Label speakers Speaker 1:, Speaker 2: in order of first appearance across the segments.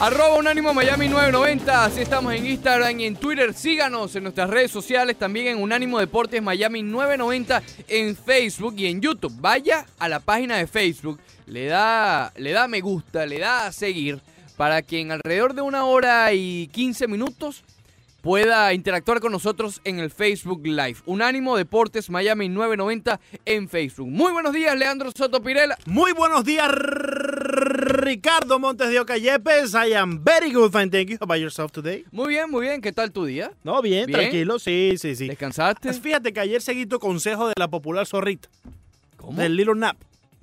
Speaker 1: Arroba Unánimo Miami 990, así estamos en Instagram y en Twitter. Síganos en nuestras redes sociales, también en Unánimo Deportes Miami 990 en Facebook y en YouTube. Vaya a la página de Facebook, le da, le da me gusta, le da a seguir, para que en alrededor de una hora y 15 minutos pueda interactuar con nosotros en el Facebook Live. Unánimo Deportes Miami 990 en Facebook. Muy buenos días, Leandro Soto Pirela.
Speaker 2: Muy buenos días, Ricardo Montes de Oca Yepes. I am very good, fine. Thank you. How about yourself today?
Speaker 1: Muy bien, muy bien. ¿Qué tal tu día?
Speaker 2: No, bien,
Speaker 1: Bien.
Speaker 2: tranquilo, sí, sí, sí. Pues
Speaker 1: ¿Descansaste?
Speaker 2: Fíjate que ayer seguí tu consejo de la popular zorrita,
Speaker 1: ¿Cómo?
Speaker 2: del Little Nap.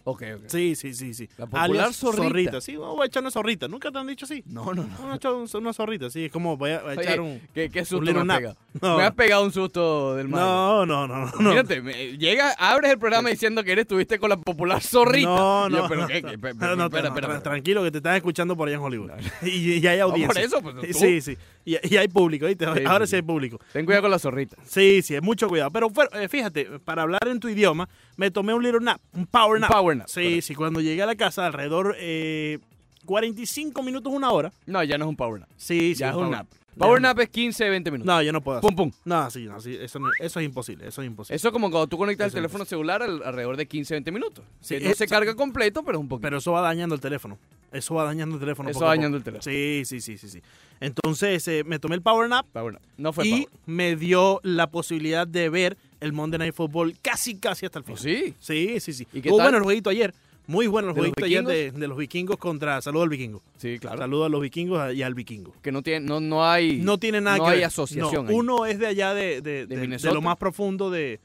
Speaker 1: Ok, ok.
Speaker 2: Sí, sí, sí, sí.
Speaker 1: La popular zorrita.
Speaker 2: Sí, vamos a echar una zorrita. ¿Nunca te han dicho así?
Speaker 1: No, no, no.
Speaker 2: Vamos a echar un- una zorrita, sí. Es como voy a, voy a
Speaker 1: Oye,
Speaker 2: echar un...
Speaker 1: ¿qué, qué susto
Speaker 2: un
Speaker 1: me
Speaker 2: little
Speaker 1: has
Speaker 2: nap.
Speaker 1: pegado.
Speaker 2: No.
Speaker 1: Me has pegado un susto del mal.
Speaker 2: No, no, no, no. no.
Speaker 1: Fíjate, me- llega, abres el programa diciendo que eres estuviste con la popular zorrita.
Speaker 2: No,
Speaker 1: Y yo,
Speaker 2: no,
Speaker 1: pero
Speaker 2: no,
Speaker 1: qué,
Speaker 2: no,
Speaker 1: qué, pe- pe-
Speaker 2: no, no,
Speaker 1: espera,
Speaker 2: no,
Speaker 1: espera,
Speaker 2: tra-
Speaker 1: espera.
Speaker 2: tranquilo que te están escuchando por allá en Hollywood. Y, y hay audiencia.
Speaker 1: por eso, pues, tú.
Speaker 2: Sí, sí. Y, y hay público, ¿viste?
Speaker 1: Sí,
Speaker 2: Ahora
Speaker 1: sí,
Speaker 2: sí hay público.
Speaker 1: Ten cuidado con la zorrita.
Speaker 2: Sí, sí, es mucho cuidado. Pero fue- eh, fíjate, para hablar en tu idioma, me tomé un little nap, un power
Speaker 1: Un
Speaker 2: nap.
Speaker 1: power nap,
Speaker 2: Sí,
Speaker 1: correcto.
Speaker 2: sí, cuando llegué a la casa, alrededor eh, 45 minutos, una hora.
Speaker 1: No, ya no es un power nap.
Speaker 2: Sí, sí.
Speaker 1: Ya es un nap.
Speaker 2: Ya es
Speaker 1: Power
Speaker 2: un-
Speaker 1: nap es 15, 20 minutos.
Speaker 2: No, yo no puedo hacer.
Speaker 1: Pum, pum.
Speaker 2: No, sí, no, sí, eso, no- eso es imposible, eso es imposible.
Speaker 1: Eso es como cuando tú conectas el
Speaker 2: Eso es
Speaker 1: teléfono celular al- alrededor de 15, 20 minutos.
Speaker 2: Sí,
Speaker 1: que no
Speaker 2: es-
Speaker 1: se carga completo, pero es un poquito.
Speaker 2: Pero eso va dañando el teléfono. Eso va dañando el teléfono.
Speaker 1: Eso
Speaker 2: poco a
Speaker 1: va dañando
Speaker 2: poco.
Speaker 1: el
Speaker 2: Sí, sí, sí, sí, sí. Entonces, eh, me tomé el power nap
Speaker 1: Power nap. No fue
Speaker 2: y
Speaker 1: power.
Speaker 2: me dio la posibilidad de ver el Monday Night Football casi, casi hasta el final.
Speaker 1: Pues sí.
Speaker 2: Sí, sí, sí.
Speaker 1: ¿Y qué
Speaker 2: Estuvo
Speaker 1: tal?
Speaker 2: bueno el jueguito ayer. Muy bueno el
Speaker 1: ¿De los
Speaker 2: jueguito ayer de, de los vikingos contra. Saludo al vikingo.
Speaker 1: Sí, claro.
Speaker 2: Saludo a los vikingos y al vikingo.
Speaker 1: Que no tiene, no, no hay.
Speaker 2: No tiene nada
Speaker 1: no
Speaker 2: que
Speaker 1: hay
Speaker 2: ver.
Speaker 1: asociación
Speaker 2: No,
Speaker 1: ahí.
Speaker 2: uno es de allá de, de- de- de
Speaker 1: Minnesota?
Speaker 2: lo más profundo de,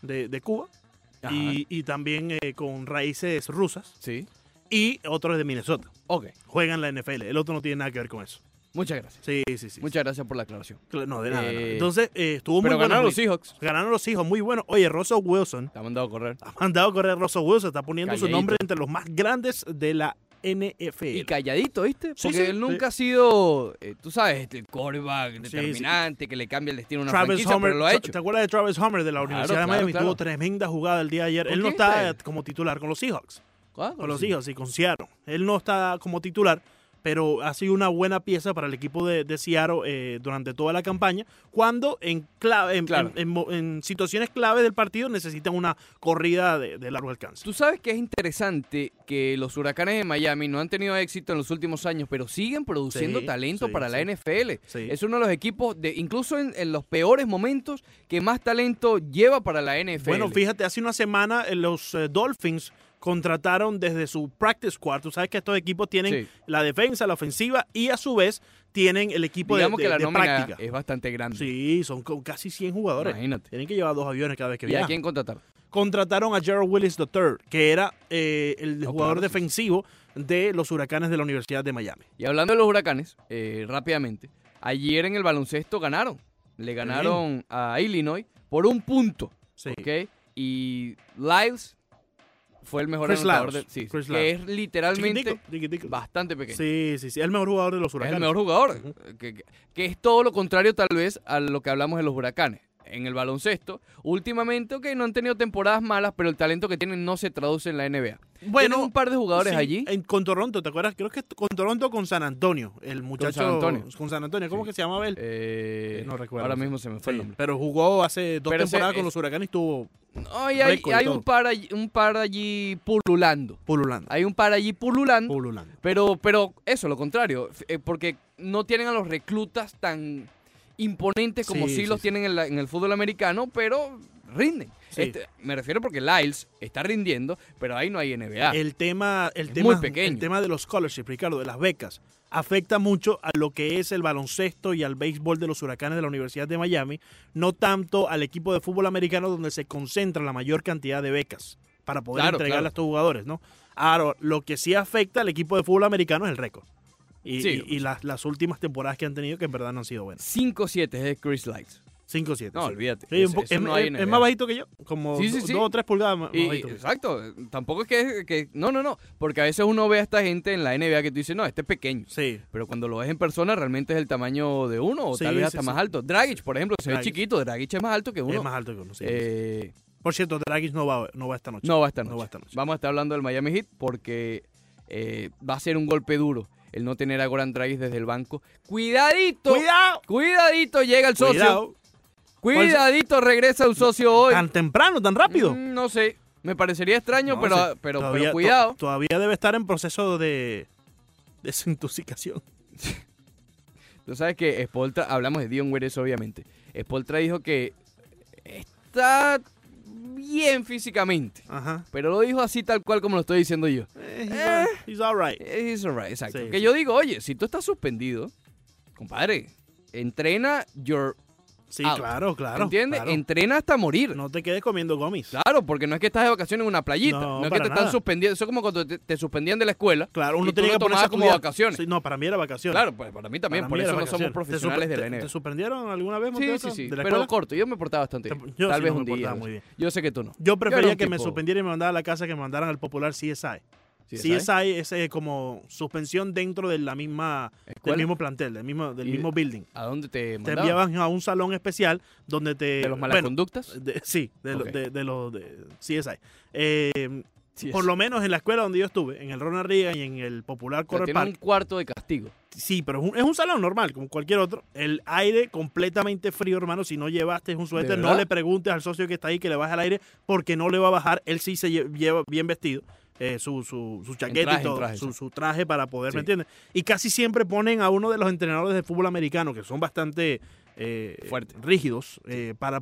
Speaker 2: de- de Cuba.
Speaker 1: Ajá.
Speaker 2: Y, y también eh, con raíces rusas.
Speaker 1: Sí.
Speaker 2: Y otro es de Minnesota.
Speaker 1: Ok.
Speaker 2: Juegan la NFL. El otro no tiene nada que ver con eso.
Speaker 1: Muchas gracias.
Speaker 2: Sí, sí, sí.
Speaker 1: Muchas gracias por la aclaración.
Speaker 2: Cla- No, de nada. de nada.
Speaker 1: Eh,
Speaker 2: Entonces, eh, estuvo muy
Speaker 1: Pero
Speaker 2: bueno.
Speaker 1: ganaron
Speaker 2: el
Speaker 1: los
Speaker 2: jueguito.
Speaker 1: Seahawks.
Speaker 2: Ganaron los hijos. Muy bueno. Oye, Russell Wilson.
Speaker 1: Te ha mandado a correr.
Speaker 2: ha mandado a correr Russell Wilson, está poniendo su
Speaker 1: Calladito.
Speaker 2: nombre entre los más grandes de la
Speaker 1: Y
Speaker 2: NFL.
Speaker 1: calladito, ¿viste? Porque
Speaker 2: Sí, sí,
Speaker 1: él nunca ha sido, eh, tú sabes, el quarterback
Speaker 2: Sí, sí.
Speaker 1: determinante que le cambia el destino a una
Speaker 2: Travis
Speaker 1: franquicia,
Speaker 2: Homer,
Speaker 1: pero lo ha
Speaker 2: ¿te-
Speaker 1: hecho.
Speaker 2: ¿te acuerdas de Travis Homer de la
Speaker 1: Claro,
Speaker 2: Universidad de
Speaker 1: claro,
Speaker 2: Miami?
Speaker 1: claro.
Speaker 2: Tuvo tremenda jugada el día de ayer.
Speaker 1: ¿Con
Speaker 2: Él no
Speaker 1: quién
Speaker 2: está
Speaker 1: está?
Speaker 2: como titular con los Seahawks,
Speaker 1: Ah,
Speaker 2: con los
Speaker 1: sí.
Speaker 2: Seahawks y con Seattle. Él no está como titular, pero ha sido una buena pieza para el equipo de, de Seattle eh, durante toda la campaña, cuando en, clave, en,
Speaker 1: Claro.
Speaker 2: en- en mo- en situaciones clave del partido necesitan una corrida de, de largo alcance.
Speaker 1: Tú sabes que es interesante que los huracanes de Miami no han tenido éxito en los últimos años, pero siguen produciendo
Speaker 2: Sí,
Speaker 1: talento
Speaker 2: sí,
Speaker 1: para la
Speaker 2: sí.
Speaker 1: NFL.
Speaker 2: Sí.
Speaker 1: Es uno de los equipos, de, incluso en, en los peores momentos, que más talento lleva para la NFL.
Speaker 2: Bueno, fíjate, hace una semana eh, los eh, Dolphins contrataron desde su practice squad. Tú sabes que estos equipos tienen
Speaker 1: Sí.
Speaker 2: la defensa, la ofensiva y a su vez tienen el equipo de-
Speaker 1: digamos
Speaker 2: de,
Speaker 1: que la
Speaker 2: de
Speaker 1: nómina
Speaker 2: práctica.
Speaker 1: es bastante grande.
Speaker 2: Sí, son con casi 100 jugadores.
Speaker 1: Imagínate.
Speaker 2: Tienen que llevar dos aviones cada vez que
Speaker 1: ¿Y a
Speaker 2: viajan.
Speaker 1: quién contratar?
Speaker 2: Contrataron a Gerald Willis III, que era eh, el
Speaker 1: No,
Speaker 2: jugador
Speaker 1: claro, sí, sí.
Speaker 2: defensivo de los huracanes de la Universidad de Miami.
Speaker 1: Y hablando de los huracanes, eh, rápidamente, ayer en el baloncesto ganaron. Le ganaron a Illinois por un punto.
Speaker 2: Sí.
Speaker 1: ¿ok? Y Lyles fue el mejor
Speaker 2: Chris
Speaker 1: anotador
Speaker 2: Lyles,
Speaker 1: de- sí, sí,
Speaker 2: Chris
Speaker 1: que
Speaker 2: Lyles.
Speaker 1: es literalmente
Speaker 2: Chiquitico, chiquitico.
Speaker 1: bastante pequeño.
Speaker 2: Sí, sí, sí. El mejor jugador de los
Speaker 1: es
Speaker 2: huracanes.
Speaker 1: el mejor jugador, que, que- que es todo lo contrario tal vez a lo que hablamos de los huracanes. En el baloncesto, últimamente, ok, no han tenido temporadas malas, pero el talento que tienen no se traduce en la NBA. Bueno, un par de jugadores
Speaker 2: Sí,
Speaker 1: allí.
Speaker 2: en- con Toronto, ¿te acuerdas? Creo que es con Toronto con San Antonio. El muchacho.
Speaker 1: San Antonio.
Speaker 2: con San Antonio, ¿Cómo
Speaker 1: Sí.
Speaker 2: que se llamaba él?
Speaker 1: eh,
Speaker 2: no recuerdo,
Speaker 1: Ahora
Speaker 2: sí.
Speaker 1: mismo se me fue el
Speaker 2: Sí,
Speaker 1: nombre.
Speaker 2: pero jugó hace dos
Speaker 1: Pero ese-
Speaker 2: temporadas con
Speaker 1: es-
Speaker 2: los huracanes y estuvo
Speaker 1: No, y hay,
Speaker 2: récord y
Speaker 1: hay
Speaker 2: todo.
Speaker 1: un, par allí, un par allí pululando.
Speaker 2: pululando.
Speaker 1: Hay un par allí pululando.
Speaker 2: Pululando.
Speaker 1: Pero, pero eso, lo contrario, f- eh, porque no tienen a los reclutas tan imponentes como sí,
Speaker 2: Sí, sí,
Speaker 1: los
Speaker 2: sí.
Speaker 1: tienen en, la- en el fútbol americano, pero rinden.
Speaker 2: Sí.
Speaker 1: Este, me refiero porque Lyles está rindiendo, pero ahí no hay NBA.
Speaker 2: El tema, el
Speaker 1: Ah. Es
Speaker 2: tema,
Speaker 1: muy pequeño.
Speaker 2: el tema de los scholarships, Ricardo, de las becas, afecta mucho a lo que es el baloncesto y al béisbol de los huracanes de la Universidad de Miami, no tanto al equipo de fútbol americano donde se concentra la mayor cantidad de becas para poder
Speaker 1: Claro,
Speaker 2: entregarle
Speaker 1: claro.
Speaker 2: a estos jugadores, ¿no? Ahora, lo que sí afecta al equipo de fútbol americano es el récord. Y,
Speaker 1: Sí.
Speaker 2: y- y las, las últimas temporadas que han tenido, que en verdad no han sido buenas.
Speaker 1: 5-7 es de Chris Lyles.
Speaker 2: 5-7.
Speaker 1: No,
Speaker 2: sí.
Speaker 1: olvídate.
Speaker 2: Sí, un
Speaker 1: Eso-
Speaker 2: po-
Speaker 1: eso
Speaker 2: es,
Speaker 1: no hay
Speaker 2: es-
Speaker 1: en
Speaker 2: es
Speaker 1: NBA.
Speaker 2: más bajito que yo, como
Speaker 1: Sí, sí,
Speaker 2: do-
Speaker 1: sí.
Speaker 2: dos o tres pulgadas más, más
Speaker 1: Y-
Speaker 2: bajito que yo.
Speaker 1: exacto, tampoco es que, que- No, no, no, porque a veces uno ve a esta gente en la NBA que tú dices, no, este es pequeño.
Speaker 2: Sí,
Speaker 1: Pero cuando lo ves en persona realmente es el tamaño de uno o
Speaker 2: Sí,
Speaker 1: tal vez
Speaker 2: sí,
Speaker 1: hasta
Speaker 2: sí.
Speaker 1: más alto. Dragic, por ejemplo, se ve
Speaker 2: Dragic.
Speaker 1: chiquito, Dragic es más alto que uno.
Speaker 2: es más alto que uno. sí, sí, sí.
Speaker 1: Eh,
Speaker 2: Por cierto, Dragic no va, no va esta noche.
Speaker 1: No va esta noche.
Speaker 2: No va esta noche.
Speaker 1: Vamos a estar hablando del Miami Heat porque eh, va a ser un golpe duro. el no tener a Goran Dragic desde el banco. Cuidadito,
Speaker 2: ¡Cuidado!
Speaker 1: cuidadito llega el socio.
Speaker 2: Cuidado.
Speaker 1: Cuidadito regresa un socio hoy.
Speaker 2: Tan temprano, tan rápido.
Speaker 1: Mm, no sé, me parecería extraño,
Speaker 2: No,
Speaker 1: pero, ah,
Speaker 2: sí,
Speaker 1: pero, pero
Speaker 2: todavía-
Speaker 1: cuidado.
Speaker 2: to- todavía debe estar en proceso de desintoxicación.
Speaker 1: Tú sabes que Spoltra, hablamos de Dion Waiters obviamente. Spoltra dijo que está bien físicamente,
Speaker 2: Ajá.
Speaker 1: pero lo dijo así tal cual como lo estoy diciendo yo.
Speaker 2: Eh, he's,
Speaker 1: Eh.
Speaker 2: all- he's all right.
Speaker 1: It's alright, exacto.
Speaker 2: Sí,
Speaker 1: que
Speaker 2: sí.
Speaker 1: yo digo, oye, si tú estás suspendido, compadre, entrena your...
Speaker 2: Sí,
Speaker 1: Out.
Speaker 2: claro, claro.
Speaker 1: ¿Entiendes?
Speaker 2: claro.
Speaker 1: Entrena hasta morir.
Speaker 2: No te quedes comiendo gomis.
Speaker 1: Claro, porque no es que estás de vacaciones en una playita, no,
Speaker 2: No,
Speaker 1: es que
Speaker 2: para
Speaker 1: te están
Speaker 2: nada.
Speaker 1: suspendiendo, eso es como cuando te, te suspendían de la escuela.
Speaker 2: Claro,
Speaker 1: Y
Speaker 2: uno
Speaker 1: tú
Speaker 2: tenía
Speaker 1: lo
Speaker 2: que ponerse
Speaker 1: tomabas
Speaker 2: a
Speaker 1: como
Speaker 2: cuidar.
Speaker 1: vacaciones.
Speaker 2: Sí, no, para mí era vacaciones.
Speaker 1: Claro, pues para mí también,
Speaker 2: Para
Speaker 1: por
Speaker 2: mí
Speaker 1: eso
Speaker 2: era
Speaker 1: no somos
Speaker 2: vacaciones. ¿Te
Speaker 1: profesionales
Speaker 2: supe-
Speaker 1: de la
Speaker 2: te-
Speaker 1: NBA.
Speaker 2: ¿Te suspendieron alguna vez,
Speaker 1: Sí,
Speaker 2: Monteoca,
Speaker 1: sí, sí,
Speaker 2: de la
Speaker 1: pero
Speaker 2: escuela?
Speaker 1: corto, yo me portaba bastante bien.
Speaker 2: Yo
Speaker 1: Tal
Speaker 2: sí
Speaker 1: vez
Speaker 2: no me
Speaker 1: un día. pues.
Speaker 2: portaba muy bien.
Speaker 1: Yo sé que tú no.
Speaker 2: Yo prefería
Speaker 1: un
Speaker 2: que me
Speaker 1: tipo-
Speaker 2: suspendieran y me mandaran a la casa que me mandaran al popular CSI.
Speaker 1: Sí,
Speaker 2: CSI,
Speaker 1: ¿sabes?
Speaker 2: es eh, como suspensión dentro de la misma,
Speaker 1: Escuela.
Speaker 2: del mismo plantel, del mismo, del
Speaker 1: Y-
Speaker 2: mismo building.
Speaker 1: ¿A dónde te
Speaker 2: Te
Speaker 1: mandaban?
Speaker 2: enviaban a un salón especial donde te...
Speaker 1: ¿De los
Speaker 2: bueno,
Speaker 1: malaconductas?
Speaker 2: de- sí, de,
Speaker 1: Ok.
Speaker 2: los de, de los de CSI. Eh,
Speaker 1: Sí,
Speaker 2: Por
Speaker 1: es.
Speaker 2: lo menos en la escuela donde yo estuve, en el Ronald Reagan y en el popular
Speaker 1: O sea,
Speaker 2: Corral
Speaker 1: tienen
Speaker 2: Park,
Speaker 1: un cuarto de castigo.
Speaker 2: Sí, pero es un, es un salón normal, como cualquier otro. El aire completamente frío, hermano. Si no llevaste un suéter, no
Speaker 1: verdad?
Speaker 2: le preguntes al socio que está ahí que le baje el aire, porque no le va a bajar. Él sí se lle- lleva bien vestido. eh, su, su, su chaqueta
Speaker 1: traje, en
Speaker 2: y todo,
Speaker 1: traje, sí.
Speaker 2: su, su traje para poder,
Speaker 1: Sí.
Speaker 2: ¿me entiendes? Y casi siempre ponen a uno de los entrenadores de fútbol americano, que son bastante eh,
Speaker 1: Fuerte.
Speaker 2: rígidos, eh, para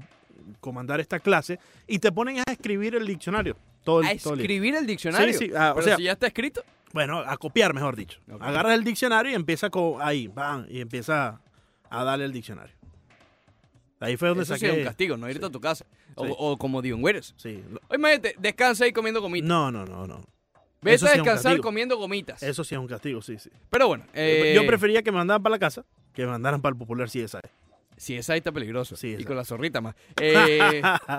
Speaker 2: comandar esta clase, y te ponen a escribir el diccionario. Todo el,
Speaker 1: ¿A
Speaker 2: todo el día.
Speaker 1: escribir el diccionario?
Speaker 2: Sí, sí, ah, o
Speaker 1: Pero
Speaker 2: sea-
Speaker 1: si ya está escrito.
Speaker 2: Bueno, a copiar, mejor dicho.
Speaker 1: Ok.
Speaker 2: Agarras el diccionario y empieza co- ahí, bam, y empieza a darle el diccionario. Ahí fue donde
Speaker 1: Eso sí
Speaker 2: saqué.
Speaker 1: es un castigo, no irte a tu casa. O,
Speaker 2: Sí.
Speaker 1: o como Dion Güeres.
Speaker 2: sí. lo-
Speaker 1: Oye, imagínate, descansa ahí comiendo gomitas.
Speaker 2: No, no, no, no.
Speaker 1: Vete
Speaker 2: eso
Speaker 1: a
Speaker 2: sí es un
Speaker 1: descansar
Speaker 2: castigo.
Speaker 1: comiendo gomitas.
Speaker 2: Eso sí es un castigo, sí, sí.
Speaker 1: Pero bueno, eh,
Speaker 2: Yo prefería que me mandaran para la casa que me mandaran para el popular CSI.
Speaker 1: Si esa ahí está peligroso.
Speaker 2: Sí,
Speaker 1: y
Speaker 2: esa.
Speaker 1: con la zorrita más. Eh,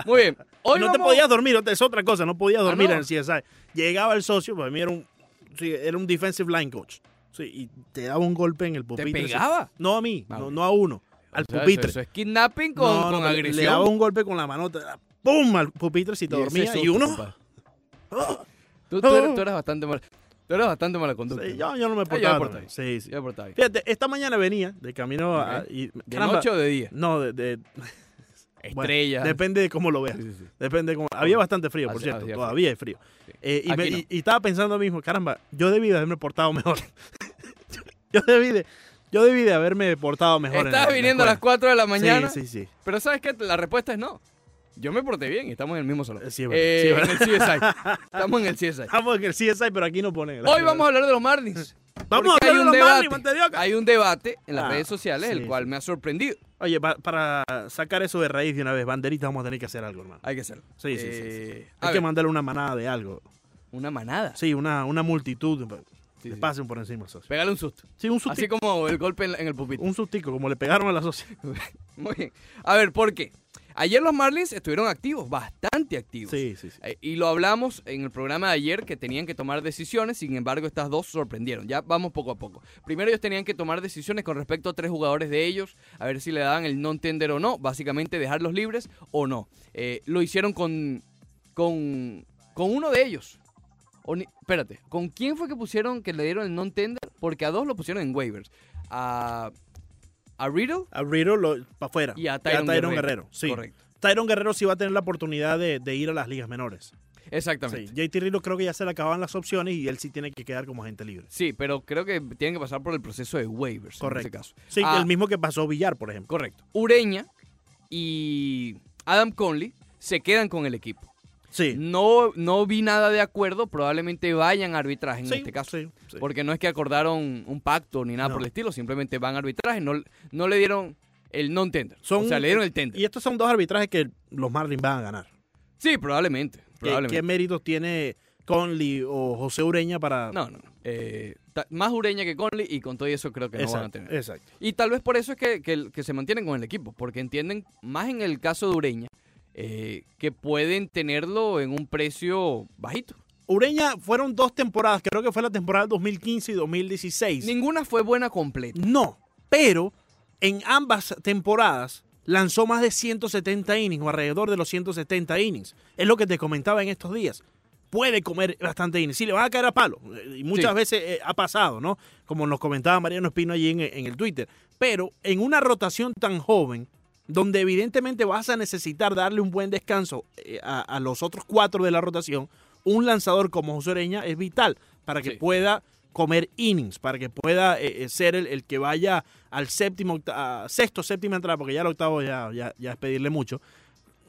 Speaker 1: muy bien. Hoy
Speaker 2: no te
Speaker 1: vamos-
Speaker 2: podías dormir, es otra cosa, no podías
Speaker 1: Ah,
Speaker 2: dormir
Speaker 1: no.
Speaker 2: en el CSI. Llegaba el socio, para mí era un, sí, era un defensive line coach. Sí, y te daba un golpe en el
Speaker 1: ¿Te
Speaker 2: pupitre. sí.
Speaker 1: pegaba?
Speaker 2: No a mí,
Speaker 1: Ah,
Speaker 2: no,
Speaker 1: ok.
Speaker 2: no a uno, al
Speaker 1: O sea, eso-
Speaker 2: pupitre.
Speaker 1: Eso, es kidnapping con,
Speaker 2: No, no,
Speaker 1: con
Speaker 2: le-
Speaker 1: agresión.
Speaker 2: Le daba un golpe con la manota. ¡Pum! Al pupitre si te
Speaker 1: Y ese
Speaker 2: dormía.
Speaker 1: susto,
Speaker 2: Y uno. ¡ah!
Speaker 1: compadre. Tú, tú eres, tú eres bastante mala. Tú eres bastante mala conducta.
Speaker 2: Sí, yo, yo no me
Speaker 1: yo
Speaker 2: portaba.
Speaker 1: me portaba
Speaker 2: tan bien. Sí, sí.
Speaker 1: Ya por ahí.
Speaker 2: Fíjate, esta mañana venía de camino a.
Speaker 1: Ok.
Speaker 2: y-
Speaker 1: ¿De
Speaker 2: caramba,
Speaker 1: noche o de día?
Speaker 2: No, de, de- bueno,
Speaker 1: Estrellas.
Speaker 2: depende de cómo lo veas.
Speaker 1: Sí, sí, sí.
Speaker 2: Depende de cómo. Había bastante frío, por
Speaker 1: Hacía-
Speaker 2: cierto.
Speaker 1: hacía frío.
Speaker 2: todavía hay frío.
Speaker 1: Sí.
Speaker 2: Eh, y,
Speaker 1: Aquí
Speaker 2: me-
Speaker 1: no.
Speaker 2: y- y estaba pensando mismo, caramba, yo debí de haberme portado mejor. yo debí de. Yo debí de haberme portado mejor. en la-
Speaker 1: Estás
Speaker 2: en la
Speaker 1: viniendo a las
Speaker 2: escuela.
Speaker 1: 4 de la mañana.
Speaker 2: Sí, sí, sí.
Speaker 1: Pero ¿sabes qué? La respuesta es no. Yo me porté bien y estamos en el mismo salón.
Speaker 2: Sí, es verdad,
Speaker 1: Eh,
Speaker 2: sí, es verdad.
Speaker 1: En el CSI. Estamos en el CSI.
Speaker 2: Vamos en el CSI, pero aquí no ponen.
Speaker 1: Hoy vamos a hablar de los Marlins.
Speaker 2: Vamos a
Speaker 1: porque
Speaker 2: hablar de los Marlins,
Speaker 1: debate.
Speaker 2: Monterioca.
Speaker 1: Hay un debate en las
Speaker 2: Ah,
Speaker 1: redes sociales, el
Speaker 2: sí,
Speaker 1: cual me ha sorprendido.
Speaker 2: Oye, pa- para sacar eso de raíz de una vez, banderita, vamos a tener que hacer algo, hermano.
Speaker 1: Hay que hacerlo.
Speaker 2: Sí, sí, sí, sí.
Speaker 1: Eh, a
Speaker 2: Hay que
Speaker 1: ver,
Speaker 2: mandarle una manada de algo.
Speaker 1: Una manada.
Speaker 2: Sí, una, una multitud. pa-
Speaker 1: Sí,
Speaker 2: que
Speaker 1: sí.
Speaker 2: pasen por encima, socio.
Speaker 1: Pégale un susto.
Speaker 2: Sí, un
Speaker 1: Así
Speaker 2: sustico.
Speaker 1: como el golpe en, la- en el pupitre.
Speaker 2: Un sustico, como le pegaron a la socia.
Speaker 1: Muy bien. A ver, ¿por qué? Ayer los Marlins estuvieron activos, bastante activos.
Speaker 2: Sí, sí, sí.
Speaker 1: Eh, Y lo hablamos en el programa de ayer que tenían que tomar decisiones, sin embargo estas dos sorprendieron. Ya vamos poco a poco. Primero ellos tenían que tomar decisiones con respecto a tres jugadores de ellos, a ver si le daban el non-tender o no, básicamente dejarlos libres o no. Eh, lo hicieron con, con, con uno de ellos. O ni- espérate, ¿con quién fue que pusieron que le dieron el non-tender? Porque a dos lo pusieron en waivers. A, a Riddle
Speaker 2: A Riddle lo- para afuera.
Speaker 1: y a Tyron,
Speaker 2: Guerrero. Sí.
Speaker 1: Correcto.
Speaker 2: Tyron Guerrero sí va a tener la oportunidad de, de ir a las ligas menores. Sí.
Speaker 1: Exactamente. Sí.
Speaker 2: JT Riddle creo que ya se le acababan las opciones y él sí tiene que quedar como agente libre.
Speaker 1: pero creo que tienen que pasar por el proceso de waivers en
Speaker 2: Correcto.
Speaker 1: ese caso.
Speaker 2: Sí,
Speaker 1: Ah,
Speaker 2: el mismo que pasó Villar, por ejemplo.
Speaker 1: Correcto. Ureña y Adam Conley se quedan con el equipo.
Speaker 2: Sí.
Speaker 1: No, no vi nada de acuerdo, probablemente vayan a arbitraje en
Speaker 2: Sí,
Speaker 1: este caso.
Speaker 2: sí, sí.
Speaker 1: Porque no es que acordaron un pacto ni nada
Speaker 2: No.
Speaker 1: por el estilo, simplemente van a arbitraje, no, no le dieron el non-tender. O
Speaker 2: Son-
Speaker 1: sea, le dieron el tender.
Speaker 2: Y estos son dos arbitrajes que los Marlins van a ganar.
Speaker 1: Sí, probablemente.
Speaker 2: ¿Qué,
Speaker 1: probablemente.
Speaker 2: qué méritos tiene Conley o José Ureña para.?
Speaker 1: No, no. no. Eh, ta- más Ureña que Conley y con todo eso creo que no van a
Speaker 2: exacto,
Speaker 1: tener.
Speaker 2: exacto.
Speaker 1: Y tal vez por eso es que, que- que se mantienen con el equipo, porque entienden, más en el caso de Ureña, eh, que pueden tenerlo en un precio bajito.
Speaker 2: Ureña fueron dos temporadas, creo que fue la temporada 2015 y 2016.
Speaker 1: Ninguna fue buena completa.
Speaker 2: No, pero en ambas temporadas lanzó más de 170 innings o alrededor de los 170 innings. Es lo que te comentaba en estos días. puede comer bastante dinero. Sí, le van a caer a palo. eh, Y muchas
Speaker 1: Sí.
Speaker 2: veces eh, ha pasado, ¿no? Como nos comentaba Mariano Espino allí en, eh, en el Twitter. Pero en una rotación tan joven, donde evidentemente vas a necesitar darle un buen descanso eh, a, a los otros cuatro de la rotación, un lanzador como José Oreña es vital para que
Speaker 1: Sí.
Speaker 2: pueda comer innings, para que pueda eh, eh, ser el, el que vaya al séptimo, octa- a sexto, séptima entrada, porque ya el octavo ya, ya, ya es pedirle mucho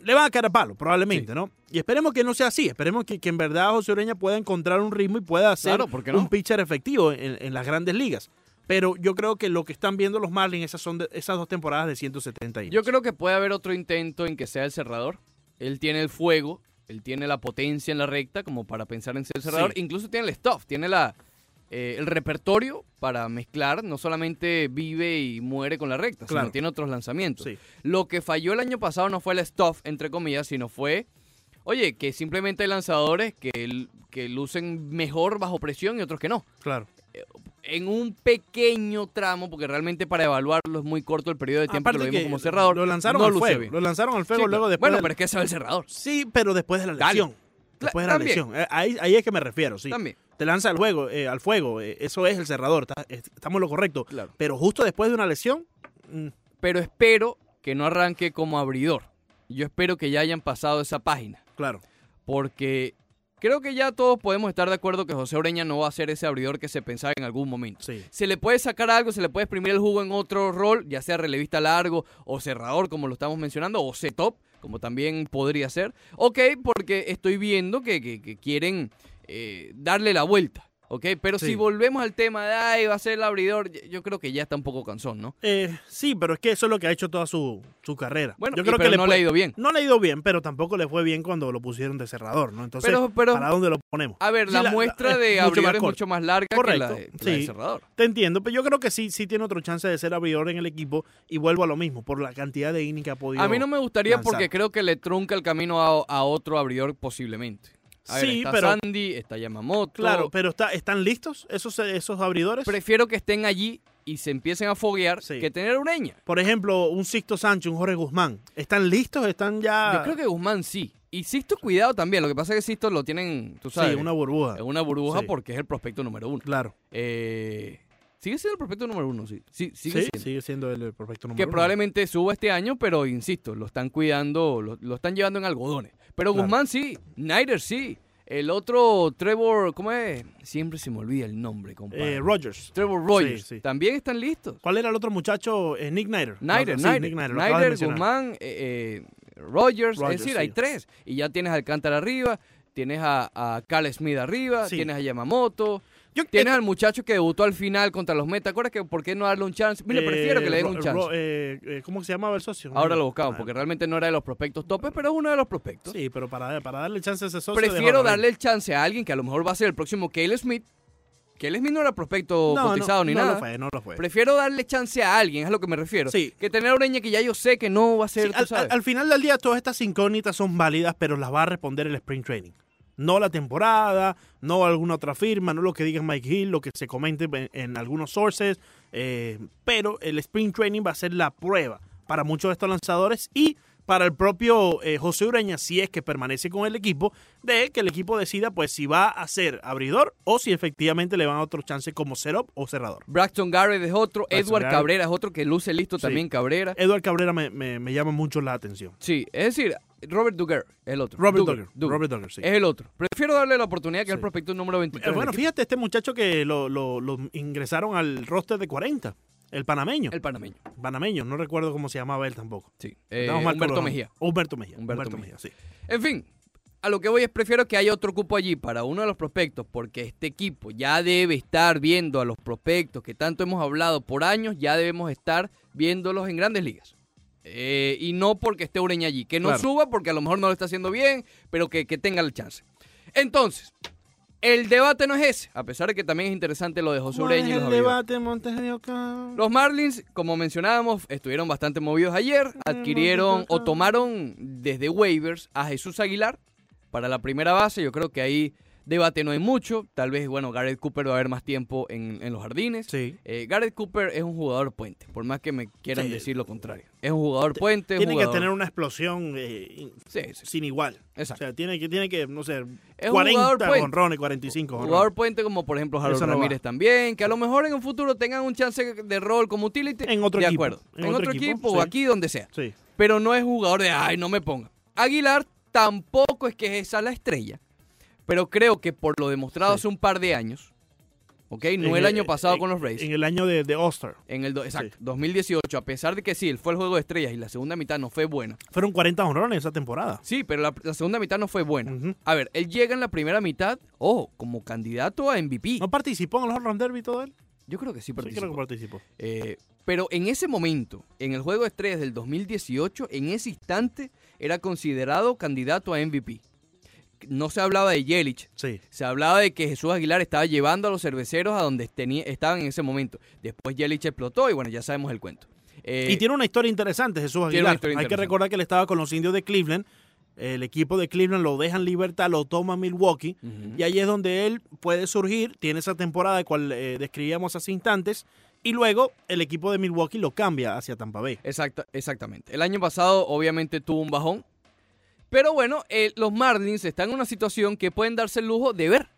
Speaker 2: le van a caer a palo, probablemente, ¿no? Y esperemos que no sea así. Esperemos que, que en verdad José Ureña pueda encontrar un ritmo y pueda ser
Speaker 1: Claro, ¿por qué no?
Speaker 2: un pitcher efectivo en, en las grandes ligas. Pero yo creo que lo que están viendo los Marlins, esas son de- esas dos temporadas de 170 innings.
Speaker 1: Yo creo que puede haber otro intento en que sea el cerrador. Él tiene el fuego, él tiene la potencia en la recta como para pensar en ser cerrador.
Speaker 2: Sí.
Speaker 1: Incluso tiene el stuff, tiene la, eh, el repertorio para mezclar. No solamente vive y muere con la recta,
Speaker 2: Claro.
Speaker 1: sino tiene otros lanzamientos.
Speaker 2: Sí.
Speaker 1: Lo que falló el año pasado no fue el stuff, entre comillas, sino fue, oye, que simplemente hay lanzadores que, l- que lucen mejor bajo presión y otros que no
Speaker 2: Claro.
Speaker 1: en un pequeño tramo, porque realmente para evaluarlo es muy corto el periodo de tiempo que lo
Speaker 2: Aparte
Speaker 1: vimos
Speaker 2: que
Speaker 1: como cerrador.
Speaker 2: Lo lanzaron
Speaker 1: no
Speaker 2: al
Speaker 1: luce
Speaker 2: fuego.
Speaker 1: bien.
Speaker 2: Lo lanzaron al
Speaker 1: Sí,
Speaker 2: fuego
Speaker 1: claro.
Speaker 2: luego después.
Speaker 1: bueno,
Speaker 2: del-
Speaker 1: pero es que ese es el cerrador.
Speaker 2: Sí, pero después de la
Speaker 1: Dale.
Speaker 2: lesión. Después de la
Speaker 1: También.
Speaker 2: lesión. Eh, Ahí, ahí es que me refiero, sí.
Speaker 1: También.
Speaker 2: Te lanza al juego, eh, al fuego. eh, eso es el cerrador. está- est- estamos en lo correcto.
Speaker 1: Claro.
Speaker 2: Pero justo después de una lesión, mm,
Speaker 1: Pero espero que no arranque como abridor. Yo espero que ya hayan pasado esa página.
Speaker 2: claro.
Speaker 1: Porque creo que ya todos podemos estar de acuerdo que José Oreña no va a ser ese abridor que se pensaba en algún momento.
Speaker 2: Sí.
Speaker 1: Se le puede sacar algo, se le puede exprimir el jugo en otro rol, ya sea relevista largo o cerrador, como lo estamos mencionando, o set-top, como también podría ser. Ok, porque estoy viendo que, que- que quieren eh, darle la vuelta. Ok, pero
Speaker 2: Sí.
Speaker 1: si volvemos al tema de, ay, va a ser el abridor, y- yo creo que ya está un poco cansón, ¿no?
Speaker 2: Eh, sí, pero es que eso es lo que ha hecho toda su, su carrera.
Speaker 1: Bueno,
Speaker 2: Yo
Speaker 1: y
Speaker 2: creo
Speaker 1: pero
Speaker 2: que
Speaker 1: no
Speaker 2: puede-
Speaker 1: le ha ido bien.
Speaker 2: No le ha ido bien, pero tampoco le fue bien cuando lo pusieron de cerrador, ¿no? Entonces,
Speaker 1: Pero- pero- Ah.
Speaker 2: ¿para dónde lo ponemos?
Speaker 1: A ver,
Speaker 2: Sí,
Speaker 1: la,
Speaker 2: la-
Speaker 1: muestra
Speaker 2: la-
Speaker 1: de
Speaker 2: es mucho
Speaker 1: abridor
Speaker 2: más
Speaker 1: es mucho más larga que la
Speaker 2: Correcto,
Speaker 1: de, que la de
Speaker 2: sí.
Speaker 1: cerrador.
Speaker 2: Te entiendo, pero yo creo que sí, sí tiene otro chance de ser abridor en el equipo y vuelvo a lo mismo, por la cantidad de innings que ha podido.
Speaker 1: A mí no me gustaría
Speaker 2: lanzar.
Speaker 1: porque creo que le trunca el camino a, a otro abridor posiblemente. A ver,
Speaker 2: Sí,
Speaker 1: está
Speaker 2: pero-
Speaker 1: Sandy, está Yamamoto.
Speaker 2: Claro, pero está, ¿están listos esos, esos abridores?
Speaker 1: Prefiero que estén allí y se empiecen a foguear
Speaker 2: Sí.
Speaker 1: que tener a Ureña.
Speaker 2: Por ejemplo, un Sixto Sánchez, un Jorge Guzmán. ¿Están listos? ¿Están ya...?
Speaker 1: Yo creo que Guzmán sí. Y Sisto, cuidado también. Lo que pasa es que Sisto lo tienen, tú sabes,
Speaker 2: Sí, una burbuja.
Speaker 1: en una burbuja
Speaker 2: Sí.
Speaker 1: porque es el prospecto número uno.
Speaker 2: Claro.
Speaker 1: Eh, sigue siendo el prospecto número uno, sí. Sí, sigue
Speaker 2: Sí,
Speaker 1: siendo.
Speaker 2: sigue siendo el el perfecto número
Speaker 1: Que
Speaker 2: uno.
Speaker 1: probablemente suba este año, pero insisto, lo están cuidando, lo, lo están llevando en algodones. Pero
Speaker 2: Claro.
Speaker 1: Guzmán sí, Snyder sí. El otro Trevor, ¿cómo es? Siempre se me olvida el nombre, compadre.
Speaker 2: Eh, Rogers.
Speaker 1: Trevor Rogers.
Speaker 2: sí.
Speaker 1: También están listos.
Speaker 2: ¿Cuál era el otro muchacho? Eh, Nick Snyder.
Speaker 1: Snyder,
Speaker 2: Sí,
Speaker 1: Snyder,
Speaker 2: Nick Snyder, lo acabas de
Speaker 1: Snyder,
Speaker 2: mencionar.
Speaker 1: Guzmán, eh, eh, Rogers,
Speaker 2: Rogers,
Speaker 1: es decir,
Speaker 2: sí.
Speaker 1: hay tres. Y ya tienes a Alcántara arriba, tienes a, a Cal Smith arriba,
Speaker 2: Sí.
Speaker 1: tienes a Yamamoto,
Speaker 2: Yo-
Speaker 1: tienes
Speaker 2: eh,
Speaker 1: al muchacho que debutó al final contra los Mets. ¿Te acuerdas que por qué no darle un chance? Mire, prefiero que le den
Speaker 2: Ro-
Speaker 1: un
Speaker 2: Ro-
Speaker 1: chance.
Speaker 2: eh, eh, ¿Cómo se llamaba el socio?
Speaker 1: Ahora lo
Speaker 2: buscamos
Speaker 1: buscamos, porque realmente no era de los prospectos topes, pero es uno de los prospectos.
Speaker 2: Sí, pero para, para darle chance a ese socio...
Speaker 1: prefiero
Speaker 2: déjalo ahí.
Speaker 1: darle el chance a alguien que a lo mejor va a ser el próximo Cale Smith. Cale Smith no era prospecto
Speaker 2: No,
Speaker 1: cotizado
Speaker 2: no,
Speaker 1: ni
Speaker 2: no
Speaker 1: nada.
Speaker 2: lo fue, no lo fue.
Speaker 1: Prefiero darle chance a alguien, es a lo que me refiero.
Speaker 2: Sí.
Speaker 1: Que tener a Ureña que ya yo sé que no va a ser,
Speaker 2: Sí,
Speaker 1: tú
Speaker 2: al,
Speaker 1: sabes.
Speaker 2: al- al final del día todas estas incógnitas son válidas, pero las va a responder el sprint training. No la temporada, no alguna otra firma, no lo que diga Mike Hill, lo que se comente en, en algunos sources, eh, pero el sprint training va a ser la prueba para muchos de estos lanzadores y para el propio eh, José Ureña, si es que permanece con el equipo, de que el equipo decida pues si va a ser abridor o si efectivamente le van a otro chance como setup o cerrador.
Speaker 1: Braxton Garrett es otro,
Speaker 2: Braxton
Speaker 1: Edward
Speaker 2: Garrett.
Speaker 1: Cabrera es otro que luce listo
Speaker 2: Sí. Eh.
Speaker 1: también, Cabrera.
Speaker 2: Edward Cabrera me, me- me llama mucho la atención.
Speaker 1: Sí, es decir, Robert Duggar es el otro.
Speaker 2: Robert
Speaker 1: Duggar,
Speaker 2: Duggar,
Speaker 1: Duggar.
Speaker 2: Robert Duggar, sí.
Speaker 1: Es el otro. Prefiero darle la oportunidad que es el
Speaker 2: Sí.
Speaker 1: prospecto número 23.
Speaker 2: Eh, bueno,
Speaker 1: del equipo,
Speaker 2: fíjate, este muchacho que lo, lo- lo ingresaron al roster de 40, el panameño.
Speaker 1: el panameño.
Speaker 2: Panameño, no recuerdo cómo se llamaba él tampoco.
Speaker 1: Sí. Eh,
Speaker 2: Estamos mal con
Speaker 1: Humberto
Speaker 2: los
Speaker 1: Mejía.
Speaker 2: nombres. Humberto Mejía.
Speaker 1: Humberto
Speaker 2: Humberto,
Speaker 1: Mejía.
Speaker 2: Mejía, sí.
Speaker 1: En fin, a lo que voy es prefiero que haya otro cupo allí para uno de los prospectos, porque este equipo ya debe estar viendo a los prospectos que tanto hemos hablado por años, ya debemos estar viéndolos en grandes ligas. Eh, y no porque esté Ureña allí. Que no
Speaker 2: Claro.
Speaker 1: suba porque a lo mejor no lo está haciendo bien, pero que, que tenga la chance. Entonces, el debate no es ese, a pesar de que también es interesante lo de José Ureña y los abridores.
Speaker 2: Montes de
Speaker 1: Los Marlins, como mencionábamos, estuvieron bastante movidos ayer. Adquirieron o tomaron desde waivers a Jesús Aguilar para la primera base. Yo creo que ahí Debate no hay mucho. Tal vez, bueno, Garrett Cooper va a haber más tiempo en, en los jardines.
Speaker 2: Sí.
Speaker 1: Eh, Garrett Cooper es un jugador puente, por más que me quieran decir lo contrario. Es un jugador puente.
Speaker 2: Tiene que
Speaker 1: jugador-
Speaker 2: tener una explosión eh, in-
Speaker 1: Sí, sí, sí.
Speaker 2: sin igual. O
Speaker 1: Exacto.
Speaker 2: sea, tiene que, tiene que no sé,
Speaker 1: Es un
Speaker 2: 40
Speaker 1: jugador puente.
Speaker 2: jonrones, 45 jonrones.
Speaker 1: Jugador puente como por ejemplo Harold
Speaker 2: Eso no va.
Speaker 1: Ramírez también, que a lo mejor en un futuro tengan un chance de rol como utility.
Speaker 2: En otro
Speaker 1: de
Speaker 2: equipo.
Speaker 1: acuerdo. En, otro, equipo, o
Speaker 2: sí.
Speaker 1: aquí donde sea.
Speaker 2: Sí.
Speaker 1: Pero no es jugador de, ay, no me ponga. Aguilar tampoco es que es esa la estrella. Pero creo que por lo demostrado
Speaker 2: Sí.
Speaker 1: hace un par de años, ¿ok? No
Speaker 2: En
Speaker 1: el, año pasado
Speaker 2: en-
Speaker 1: con los Rays.
Speaker 2: En el año de, de All-Star.
Speaker 1: En el do- exacto, 2018, a pesar de que sí, él fue el juego de estrellas y la segunda mitad no fue buena.
Speaker 2: Fueron 40 honrones esa temporada.
Speaker 1: Sí, pero la, la segunda mitad no fue buena.
Speaker 2: Ujú.
Speaker 1: A ver, él llega en la primera mitad, ojo, como candidato a MVP.
Speaker 2: ¿No participó en los Home Run Derby todo él?
Speaker 1: Yo creo que sí
Speaker 2: Sí, creo que
Speaker 1: participó.
Speaker 2: participó.
Speaker 1: Eh, pero en ese momento, en el juego de estrellas del 2018, en ese instante, era considerado candidato a MVP. No se hablaba de Yelich,
Speaker 2: Sí.
Speaker 1: se hablaba de que Jesús Aguilar estaba llevando a los cerveceros a donde tenía- estaban en ese momento. Después Yelich explotó y bueno, ya sabemos el cuento. Eh,
Speaker 2: y tiene una historia interesante,
Speaker 1: tiene
Speaker 2: Jesús
Speaker 1: una
Speaker 2: Aguilar. Hay
Speaker 1: historia
Speaker 2: que
Speaker 1: interesante.
Speaker 2: recordar que él estaba con los indios de Cleveland. El equipo de Cleveland lo deja en libertad, lo toma Milwaukee.
Speaker 1: ujú.
Speaker 2: Y ahí es donde él puede surgir, tiene esa temporada de cual eh, describíamos hace instantes. Y luego el equipo de Milwaukee lo cambia hacia Tampa Bay.
Speaker 1: Exacta- exactamente. El año pasado obviamente tuvo un bajón. Pero bueno, eh, los Marlins están en una situación que pueden darse el lujo de ver.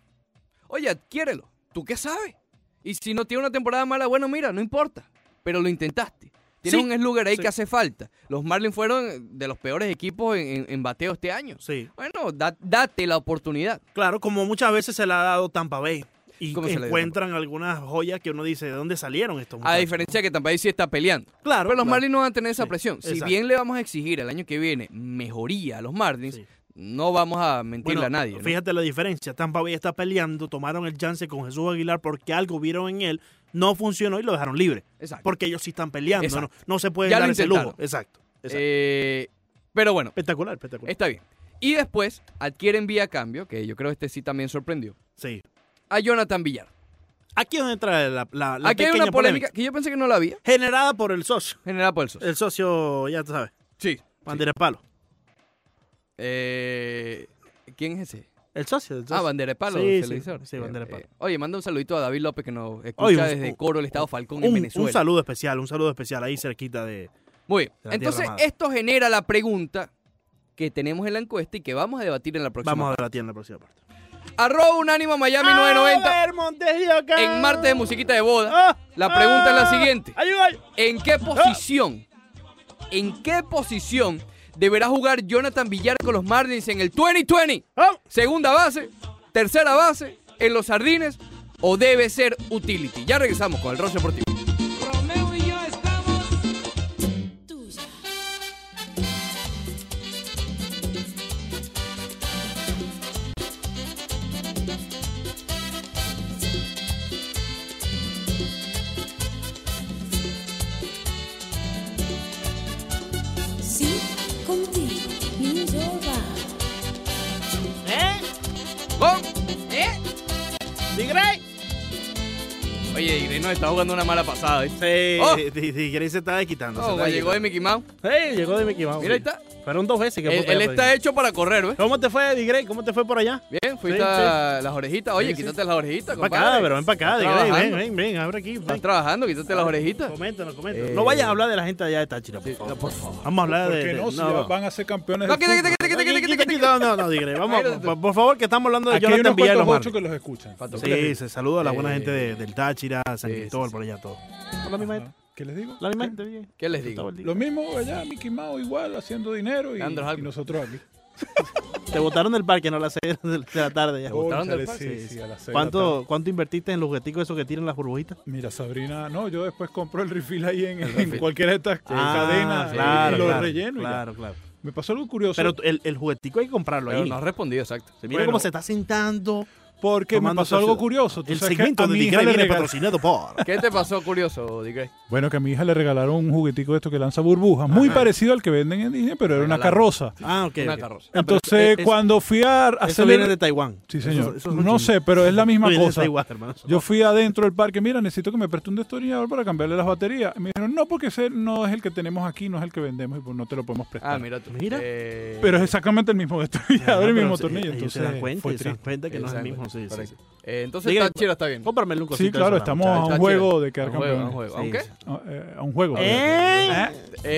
Speaker 1: Oye, adquiérelo. ¿Tú qué sabes? Y si no tiene una temporada mala, bueno, mira, no importa. Pero lo intentaste. Tienes
Speaker 2: Sí,
Speaker 1: un slugger ahí
Speaker 2: sí.
Speaker 1: que hace falta. Los Marlins fueron eh, de los peores equipos en, en- en bateo este año.
Speaker 2: Sí,
Speaker 1: Bueno, da- date la oportunidad.
Speaker 2: claro, como muchas veces se le ha dado Tampa Bay. Y
Speaker 1: ¿Cómo se le dio
Speaker 2: encuentran algunas joyas que uno dice, ¿de dónde salieron estos
Speaker 1: A
Speaker 2: muchachos?
Speaker 1: diferencia que Tampa Bay sí está peleando.
Speaker 2: claro,
Speaker 1: Pero los
Speaker 2: claro.
Speaker 1: Marlins no van a tener esa
Speaker 2: Sí,
Speaker 1: presión. Si
Speaker 2: exacto.
Speaker 1: bien le vamos a exigir el año que viene mejoría a los Marlins,
Speaker 2: Sí.
Speaker 1: no vamos a mentirle
Speaker 2: Bueno,
Speaker 1: a nadie. ¿no?
Speaker 2: Fíjate la diferencia. Tampa Bay está peleando, tomaron el chance con Jesús Aguilar porque algo vieron en él, no funcionó y lo dejaron libre.
Speaker 1: Exacto.
Speaker 2: Porque ellos sí están peleando, no,
Speaker 1: Exacto.
Speaker 2: no se pueden
Speaker 1: Ya lo
Speaker 2: dar ese lujo.
Speaker 1: intentaron.
Speaker 2: Exacto. exacto.
Speaker 1: Eh, pero bueno,
Speaker 2: espectacular, espectacular.
Speaker 1: está bien. Y después adquieren vía cambio, que yo creo que este sí también sorprendió,
Speaker 2: sí.
Speaker 1: a Jonathan Villar.
Speaker 2: Aquí es donde entra la, la, la
Speaker 1: Aquí hay
Speaker 2: pequeña
Speaker 1: una polémica,
Speaker 2: polémica.
Speaker 1: que yo pensé que no la había,
Speaker 2: generada por el socio.
Speaker 1: generada por el socio.
Speaker 2: El socio, ya tú sabes,
Speaker 1: Sí.
Speaker 2: bandera de palo.
Speaker 1: Eh, ¿Quién es ese?
Speaker 2: El socio, el socio.
Speaker 1: Ah, Bandera de Palo.
Speaker 2: Sí,
Speaker 1: se le
Speaker 2: sí,
Speaker 1: dice.
Speaker 2: sí, Bandera de Palo.
Speaker 1: eh, oye, manda un saludito a David López que nos escucha
Speaker 2: Oye, un-
Speaker 1: desde
Speaker 2: un-
Speaker 1: Coro, el Estado Falcón en
Speaker 2: un,
Speaker 1: Venezuela.
Speaker 2: un saludo especial, un saludo especial ahí cerquita de.
Speaker 1: Muy bien.
Speaker 2: De la Tierra
Speaker 1: Entonces,
Speaker 2: Amada.
Speaker 1: esto genera la pregunta que tenemos en la encuesta y que vamos a debatir en la próxima.
Speaker 2: Vamos a debatir en la próxima parte.
Speaker 1: Arroba Unánimo Miami 990
Speaker 2: A ver, Montes de Oca.
Speaker 3: Ah.
Speaker 1: en martes de musiquita de boda.
Speaker 2: Ah,
Speaker 1: La pregunta es la
Speaker 2: ah,
Speaker 1: siguiente.
Speaker 2: ayuda, ayuda.
Speaker 1: ¿En
Speaker 3: Ah.
Speaker 1: qué posición? ¿En qué posición deberá jugar Jonathan Villar con los Marlins en el 2020?
Speaker 2: Ah.
Speaker 1: ¿Segunda base? ¿Tercera base? ¿En los jardines? ¿O debe ser utility? Ya regresamos con el Roche Deportivo.
Speaker 3: Romeo y yo estamos
Speaker 4: tuya. Sí, contigo, mi yoga.
Speaker 1: ¡Gol! ¿Eh? Oye, Digray nos está jugando una mala pasada. ¿eh?
Speaker 2: Sí,
Speaker 1: Oh.
Speaker 2: sí, sí, Grey se está quitando.
Speaker 1: Oh, llegó de Mickey Mouse.
Speaker 2: llegó de Mickey Mouse.
Speaker 1: Mira, ahí está.
Speaker 2: Fueron dos veces que
Speaker 1: Él,
Speaker 2: fue para
Speaker 1: él
Speaker 2: allá,
Speaker 1: está
Speaker 2: Freddy.
Speaker 1: hecho para correr, ¿ves?
Speaker 2: ¿Cómo te fue, Digrey? ¿Cómo te fue por allá?
Speaker 1: Bien, fuiste
Speaker 2: Sí,
Speaker 1: a las orejitas. Oye,
Speaker 2: Sí, sí.
Speaker 1: quítate las orejitas,
Speaker 2: Ven para
Speaker 1: compadre.
Speaker 2: acá, pero ven para acá,
Speaker 1: Estás
Speaker 2: Digrey. Ven,
Speaker 1: trabajando.
Speaker 2: ven, ven, abre aquí. ven.
Speaker 1: Estás trabajando, quítate las orejitas.
Speaker 2: Coméntanos, coméntanos.
Speaker 1: Eh,
Speaker 2: No vayas a hablar de la gente allá de Táchira, por favor. Vamos a hablar de...
Speaker 5: Porque
Speaker 2: de-
Speaker 5: no, si
Speaker 2: Ah, no.
Speaker 5: van a ser campeones
Speaker 1: No,
Speaker 5: del
Speaker 1: quita, quita,
Speaker 5: fútbol.
Speaker 1: quita, quita, quita, quita, quita.
Speaker 2: No, no, no, Digrey. Vamos,
Speaker 1: Mira,
Speaker 2: por, por favor, que estamos hablando de
Speaker 5: Aquí hay
Speaker 2: Jonathan
Speaker 5: unos
Speaker 2: Villar y los
Speaker 5: cuantos ocho
Speaker 2: Marlins.
Speaker 5: que los escuchan.
Speaker 1: Pato,
Speaker 2: Sí, se saluda a la buena
Speaker 1: Eh,
Speaker 2: gente de- del Táchira, San
Speaker 1: sí, sí,
Speaker 2: Cristóbal,
Speaker 1: sí.
Speaker 2: por allá todo. La misma gente,
Speaker 5: Ajá. ¿Qué les digo?
Speaker 2: la misma gente, Digrey.
Speaker 1: ¿Qué les digo?
Speaker 5: Lo mismo allá, Mickey Mouse igual, haciendo dinero y,
Speaker 1: Leandro
Speaker 5: y
Speaker 1: Hallman.
Speaker 5: nosotros aquí.
Speaker 2: Te botaron del parque, no a las 6 de la tarde ya.
Speaker 1: botaron del
Speaker 5: Cónchale,
Speaker 1: parque?
Speaker 5: sí, sí, a las seis de la tarde.
Speaker 2: ¿Cuánto, ¿Cuánto invertiste en los jugueticos esos que tiran las burbujitas?
Speaker 5: Mira, Sabrina, no, yo después compro el refill ahí en, en
Speaker 1: refill.
Speaker 5: cualquiera de estas cadenas y lo relleno. y ya.
Speaker 2: Ah, Claro, claro.
Speaker 5: Me pasó algo curioso.
Speaker 2: Pero tú- el, el juguetico hay que comprarlo
Speaker 1: Pero
Speaker 2: ahí.
Speaker 1: no has respondido, exacto.
Speaker 2: Se mira
Speaker 5: Bueno.
Speaker 2: cómo se está sentando.
Speaker 5: Porque me
Speaker 2: Tomando
Speaker 5: pasó algo
Speaker 2: sociedad.
Speaker 5: curioso. Tú
Speaker 2: El
Speaker 5: sabes que
Speaker 2: segmento
Speaker 5: a
Speaker 2: de
Speaker 5: mi
Speaker 2: Digrey
Speaker 5: hija le
Speaker 2: viene
Speaker 5: regal-
Speaker 2: patrocinado por.
Speaker 1: ¿Qué te pasó curioso, Digre?
Speaker 5: Bueno, que a mi hija le regalaron un juguetico de esto que lanza burbujas, muy parecido al que venden en Disney, pero era una
Speaker 1: Regalaron.
Speaker 5: carroza.
Speaker 2: Ah, ok.
Speaker 1: Una
Speaker 2: ok.
Speaker 1: carroza.
Speaker 2: Ah, pero
Speaker 5: Entonces,
Speaker 2: es- es-
Speaker 5: cuando fui a
Speaker 2: Eso
Speaker 5: hacer
Speaker 2: viene de Taiwán.
Speaker 5: Sí,
Speaker 2: Eso-
Speaker 5: señor.
Speaker 2: eso es Pues
Speaker 5: no
Speaker 2: chino.
Speaker 5: sé, pero es la misma
Speaker 2: Eso viene de
Speaker 5: cosa.
Speaker 2: Taiwán, hermano.
Speaker 5: Yo fui adentro del parque, mira, necesito que me preste un destornillador para cambiarle las baterías. Y me dijeron, no, porque ese no es el que tenemos aquí, no es el que vendemos y pues no te lo podemos prestar.
Speaker 1: Ah, mira tú.
Speaker 2: Mira.
Speaker 1: Eh,
Speaker 5: Pero es exactamente el mismo destornillador y el
Speaker 2: pero
Speaker 5: mismo
Speaker 2: se-
Speaker 5: tornillo.
Speaker 2: ellos
Speaker 5: Entonces,
Speaker 2: se dan cuenta,
Speaker 5: fue
Speaker 2: ellos se dan
Speaker 5: triste.
Speaker 2: cuenta que no es el mismo. Sí, sí,
Speaker 1: Correcto.
Speaker 2: sí.
Speaker 1: Eh, entonces
Speaker 2: Diga,
Speaker 1: Táchira está bien.
Speaker 2: Cómpramele un cosito.
Speaker 5: Sí, claro, estamos a un
Speaker 1: Está
Speaker 5: juego
Speaker 1: chévere.
Speaker 5: de quedar
Speaker 1: Un juego, un
Speaker 5: campeones.
Speaker 1: juego.
Speaker 2: Sí,
Speaker 1: Aunque
Speaker 2: sí.
Speaker 5: Ah, eh, A un juego.
Speaker 2: ¿Eh?
Speaker 5: ¿Eh?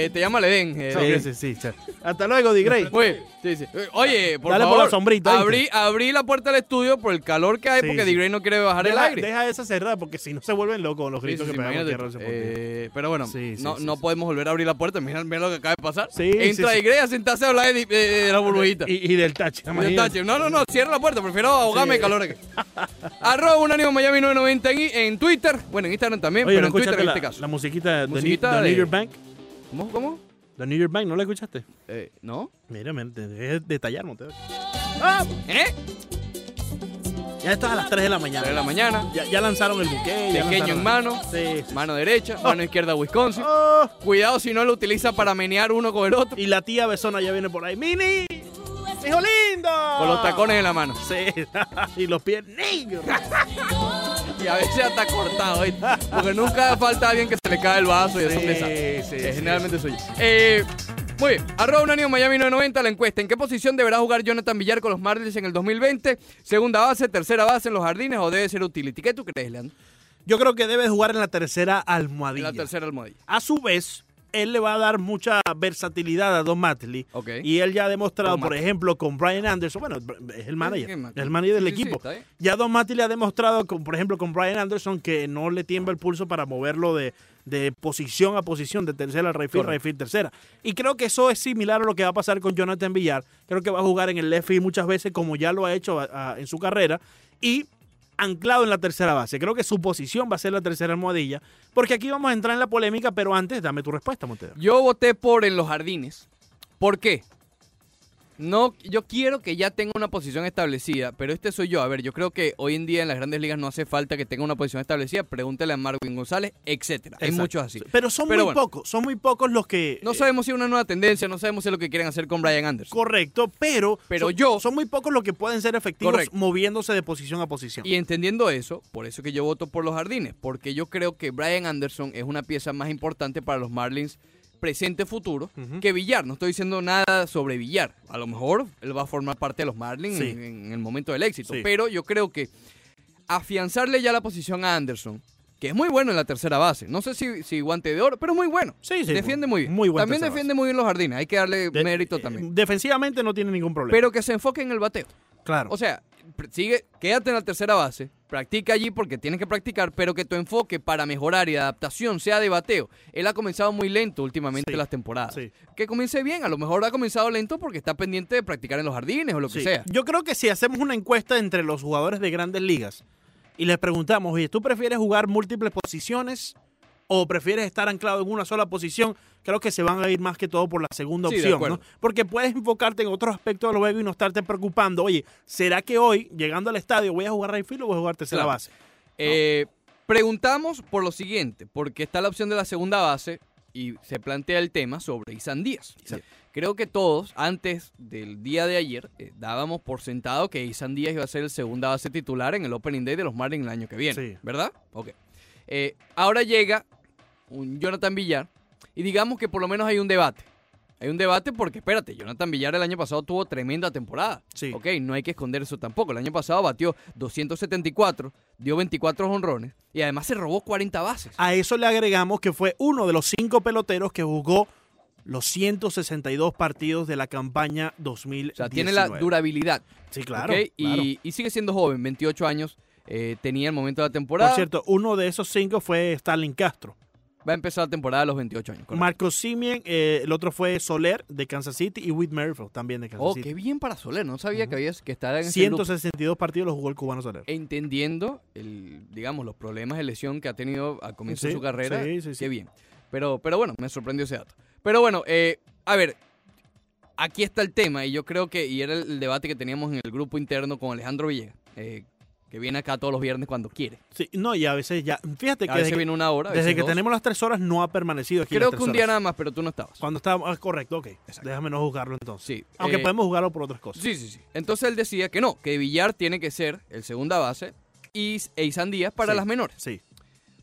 Speaker 1: eh, te llama Leven. eh,
Speaker 2: Sí,
Speaker 1: Digre.
Speaker 2: sí, sí. sí. Hasta luego, Digrey.
Speaker 1: Muy bien, sí, sí. Eh, Oye, por
Speaker 2: Dale por
Speaker 1: favor,
Speaker 2: la sombrita, ¿viste?
Speaker 1: abrí, abrí la puerta del estudio por el calor que hay
Speaker 2: Sí,
Speaker 1: porque
Speaker 2: sí.
Speaker 1: Digrey no quiere bajar el
Speaker 2: Deja,
Speaker 1: aire.
Speaker 2: deja esa cerrada porque si no se vuelven locos los
Speaker 1: Sí, sí,
Speaker 2: gritos
Speaker 1: sí,
Speaker 2: que pegamos
Speaker 1: imagínate.
Speaker 2: tierra ese portillo.
Speaker 1: Eh, pero bueno,
Speaker 2: Sí, sí,
Speaker 1: no,
Speaker 2: sí,
Speaker 1: no
Speaker 2: sí.
Speaker 1: podemos volver a abrir la puerta. Mira, mira lo que acaba de pasar.
Speaker 2: Sí,
Speaker 1: Entra
Speaker 2: sí, sí.
Speaker 1: Digrey a sentarse a hablar de, de- de la burbujita.
Speaker 2: y, y del Táchira.
Speaker 1: Yo
Speaker 2: imagínate.
Speaker 1: tacho, No, no, no, cierra la puerta, prefiero ahogarme de calor aquí. Arroba un ánimo Miami 990 en, en Twitter, bueno, en Instagram también,
Speaker 2: Oye,
Speaker 1: pero
Speaker 2: ¿no
Speaker 1: en Twitter
Speaker 2: escuchaste
Speaker 1: en
Speaker 2: la,
Speaker 1: este caso.
Speaker 2: la musiquita, de New-
Speaker 1: Musiquita
Speaker 2: de
Speaker 1: de-
Speaker 2: New York Bank?
Speaker 1: ¿Cómo? ¿Cómo?
Speaker 2: ¿De New York Bank no la escuchaste?
Speaker 1: Eh, ¿No?
Speaker 2: Mira, men, te dejé detallar, no te
Speaker 1: ¿Eh?
Speaker 2: Ya esto es a las 3 de la
Speaker 1: Tres
Speaker 2: mañana.
Speaker 1: de la mañana,
Speaker 2: Ya, ya lanzaron el buque. ya
Speaker 1: pequeño
Speaker 2: lanzaron-
Speaker 1: en mano,
Speaker 2: Sí, sí.
Speaker 1: mano derecha, mano izquierda Wisconsin.
Speaker 2: Oh,
Speaker 1: Cuidado si no lo utiliza para menear uno con el otro,
Speaker 2: y la tía Besona ya viene por ahí. ¡Mini! ¡Hijo lindo!
Speaker 1: con los tacones en la mano.
Speaker 2: Sí, y los pies negros.
Speaker 1: Y a veces hasta cortado, ¿viste? Porque nunca falta alguien que se le cae el vaso y es un desastre.
Speaker 2: sí,
Speaker 1: Eh,
Speaker 2: sí,
Speaker 1: generalmente soy yo. Eh, muy bien, arroba Unánimo Miami 990 la encuesta. ¿En qué posición deberá jugar Jonathan Villar con los Marlins en el 2020? ¿Segunda base, tercera base en los jardines o debe ser utility? ¿Qué tú crees, Leandro?
Speaker 2: Yo creo que debe jugar en la tercera
Speaker 1: En
Speaker 2: almohadilla.
Speaker 1: la tercera almohadilla.
Speaker 2: A su vez, él le va a dar mucha versatilidad a Don Matley.
Speaker 1: Ok.
Speaker 2: Y él ya ha demostrado,
Speaker 1: Don
Speaker 2: por
Speaker 1: Matley.
Speaker 2: ejemplo, con Brian Anderson, bueno, es el manager,
Speaker 1: ¿Qué
Speaker 2: es
Speaker 1: Matley?
Speaker 2: el manager del
Speaker 1: Sí, sí, sí,
Speaker 2: equipo.
Speaker 1: está bien.
Speaker 2: ya Don Matley ha demostrado, con, por ejemplo, con Brian Anderson, que no le tiembla el pulso para moverlo de, de posición a posición, de tercera al refill,
Speaker 1: Correcto.
Speaker 2: refill, tercera. Y creo que eso es similar a lo que va a pasar con Jonathan Villar. Creo que va a jugar en el left field muchas veces, como ya lo ha hecho a- a- en su carrera. Y anclado en la tercera base. Creo que su posición va a ser la tercera almohadilla, porque aquí vamos a entrar en la polémica, pero antes dame tu respuesta, Montero.
Speaker 1: Yo voté por en los jardines. ¿Por qué? No, yo quiero que ya tenga una posición establecida, pero este soy yo. A ver, yo creo que hoy en día en las grandes ligas no hace falta que tenga una posición establecida. Pregúntale a Marvin González, etcétera. Hay
Speaker 2: Exacto.
Speaker 1: muchos así.
Speaker 2: Pero son
Speaker 1: Pero
Speaker 2: muy
Speaker 1: bueno.
Speaker 2: pocos, son muy pocos los que...
Speaker 1: No
Speaker 2: eh,
Speaker 1: sabemos si es una nueva tendencia, no sabemos si es lo que quieren hacer con Brian Anderson.
Speaker 2: Correcto, pero,
Speaker 1: Pero
Speaker 2: son,
Speaker 1: yo-
Speaker 2: son muy pocos los que pueden ser efectivos
Speaker 1: Correcto.
Speaker 2: moviéndose de posición a posición.
Speaker 1: Y entendiendo eso, por eso que yo voto por los jardines, porque yo creo que Brian Anderson es una pieza más importante para los Marlins presente futuro
Speaker 2: Ujú.
Speaker 1: que Villar. No estoy diciendo nada sobre Villar. A lo mejor él va a formar parte de los Marlins
Speaker 2: Sí.
Speaker 1: en, en el momento del éxito.
Speaker 2: Sí.
Speaker 1: Pero yo creo que afianzarle ya la posición a Anderson, que es muy bueno en la tercera base. No sé si, si guante de oro, pero es muy bueno.
Speaker 2: Sí, sí,
Speaker 1: Defiende
Speaker 2: bu-
Speaker 1: muy bien.
Speaker 2: muy buen
Speaker 1: también
Speaker 2: tercera base.
Speaker 1: defiende muy bien los jardines. Hay que darle
Speaker 2: De-
Speaker 1: mérito
Speaker 2: eh,
Speaker 1: también.
Speaker 2: defensivamente no tiene ningún problema.
Speaker 1: Pero que se enfoque en el bateo.
Speaker 2: claro.
Speaker 1: O sea, pr- sigue, quédate en la tercera base, practica allí porque tienes que practicar, pero que tu enfoque para mejorar y de adaptación sea de bateo. Él ha comenzado muy lento últimamente
Speaker 2: Sí,
Speaker 1: las temporadas.
Speaker 2: sí.
Speaker 1: Que comience bien, a lo mejor ha comenzado lento porque está pendiente de practicar en los jardines o lo que
Speaker 2: Sí.
Speaker 1: sea.
Speaker 2: Yo creo que si hacemos una encuesta entre los jugadores de grandes ligas y les preguntamos, oye, ¿tú prefieres jugar múltiples posiciones o prefieres estar anclado en una sola posición? Creo que se van a ir más que todo por la segunda
Speaker 1: Sí, de
Speaker 2: opción,
Speaker 1: acuerdo.
Speaker 2: ¿no? Porque puedes enfocarte en otros aspectos del juego y no estarte preocupando, oye, ¿será que hoy, llegando al estadio, voy a jugar right field o voy a jugar tercera
Speaker 1: Claro.
Speaker 2: base?
Speaker 1: Eh, preguntamos por lo siguiente, porque está la opción de la segunda base y se plantea el tema sobre Isan Díaz.
Speaker 2: Isan.
Speaker 1: Creo que todos, antes del día de ayer, eh, dábamos por sentado que Isan Díaz iba a ser el segunda base titular en el Opening Day de los Marlins el año que viene,
Speaker 2: Sí.
Speaker 1: ¿verdad? Ok. Eh, ahora llega un Jonathan Villar y digamos que por lo menos hay un debate. Hay un debate porque, espérate, Jonathan Villar el año pasado tuvo tremenda temporada.
Speaker 2: Sí.
Speaker 1: Ok, no hay que esconder eso tampoco. El año pasado batió 274, dio 24 honrones y además se robó 40 bases.
Speaker 2: A eso le agregamos que fue uno de los cinco peloteros que jugó los 162 partidos de la campaña 2019.
Speaker 1: o sea, tiene la durabilidad.
Speaker 2: Sí, claro.
Speaker 1: ok, y,
Speaker 2: claro.
Speaker 1: y sigue siendo joven, 28 años. eh, tenía el momento de la temporada.
Speaker 2: Por cierto, uno de esos cinco fue Stalin Castro.
Speaker 1: Va a empezar la temporada a los 28 años. correcto.
Speaker 2: Marco Simien, eh, el otro fue Soler de Kansas City y Whit Merrifield también de Kansas
Speaker 1: Oh,
Speaker 2: City.
Speaker 1: qué bien para Soler. No sabía que habías que estaba en ese grupo. Eh.
Speaker 2: 162 partidos los jugó el cubano Soler.
Speaker 1: entendiendo el, digamos, los problemas de lesión que ha tenido al comienzo de
Speaker 2: Sí,
Speaker 1: su carrera.
Speaker 2: sí, sí, sí.
Speaker 1: Qué bien. Pero, pero bueno, me sorprendió ese dato. Pero bueno, eh, a ver, aquí está el tema, y yo creo que, y era el, el debate que teníamos en el grupo interno con Alejandro Villegas, eh, que viene acá todos los viernes cuando quiere.
Speaker 2: Sí, no, y a veces ya. Fíjate que
Speaker 1: A veces
Speaker 2: desde, que,
Speaker 1: viene una hora. a
Speaker 2: desde
Speaker 1: veces
Speaker 2: que
Speaker 1: dos.
Speaker 2: tenemos las tres horas no ha permanecido aquí.
Speaker 1: Creo
Speaker 2: las
Speaker 1: que
Speaker 2: tres
Speaker 1: un día
Speaker 2: horas.
Speaker 1: nada más, pero tú no estabas.
Speaker 2: Cuando estábamos. ah, correcto, ok. Déjame no juzgarlo entonces.
Speaker 1: Sí.
Speaker 2: Aunque
Speaker 1: eh,
Speaker 2: podemos jugarlo por otras cosas.
Speaker 1: Sí, sí, sí. Entonces él decía que no, que Villar tiene que ser el segunda base y Eisan Díaz para
Speaker 2: Sí.
Speaker 1: las menores,
Speaker 2: Sí.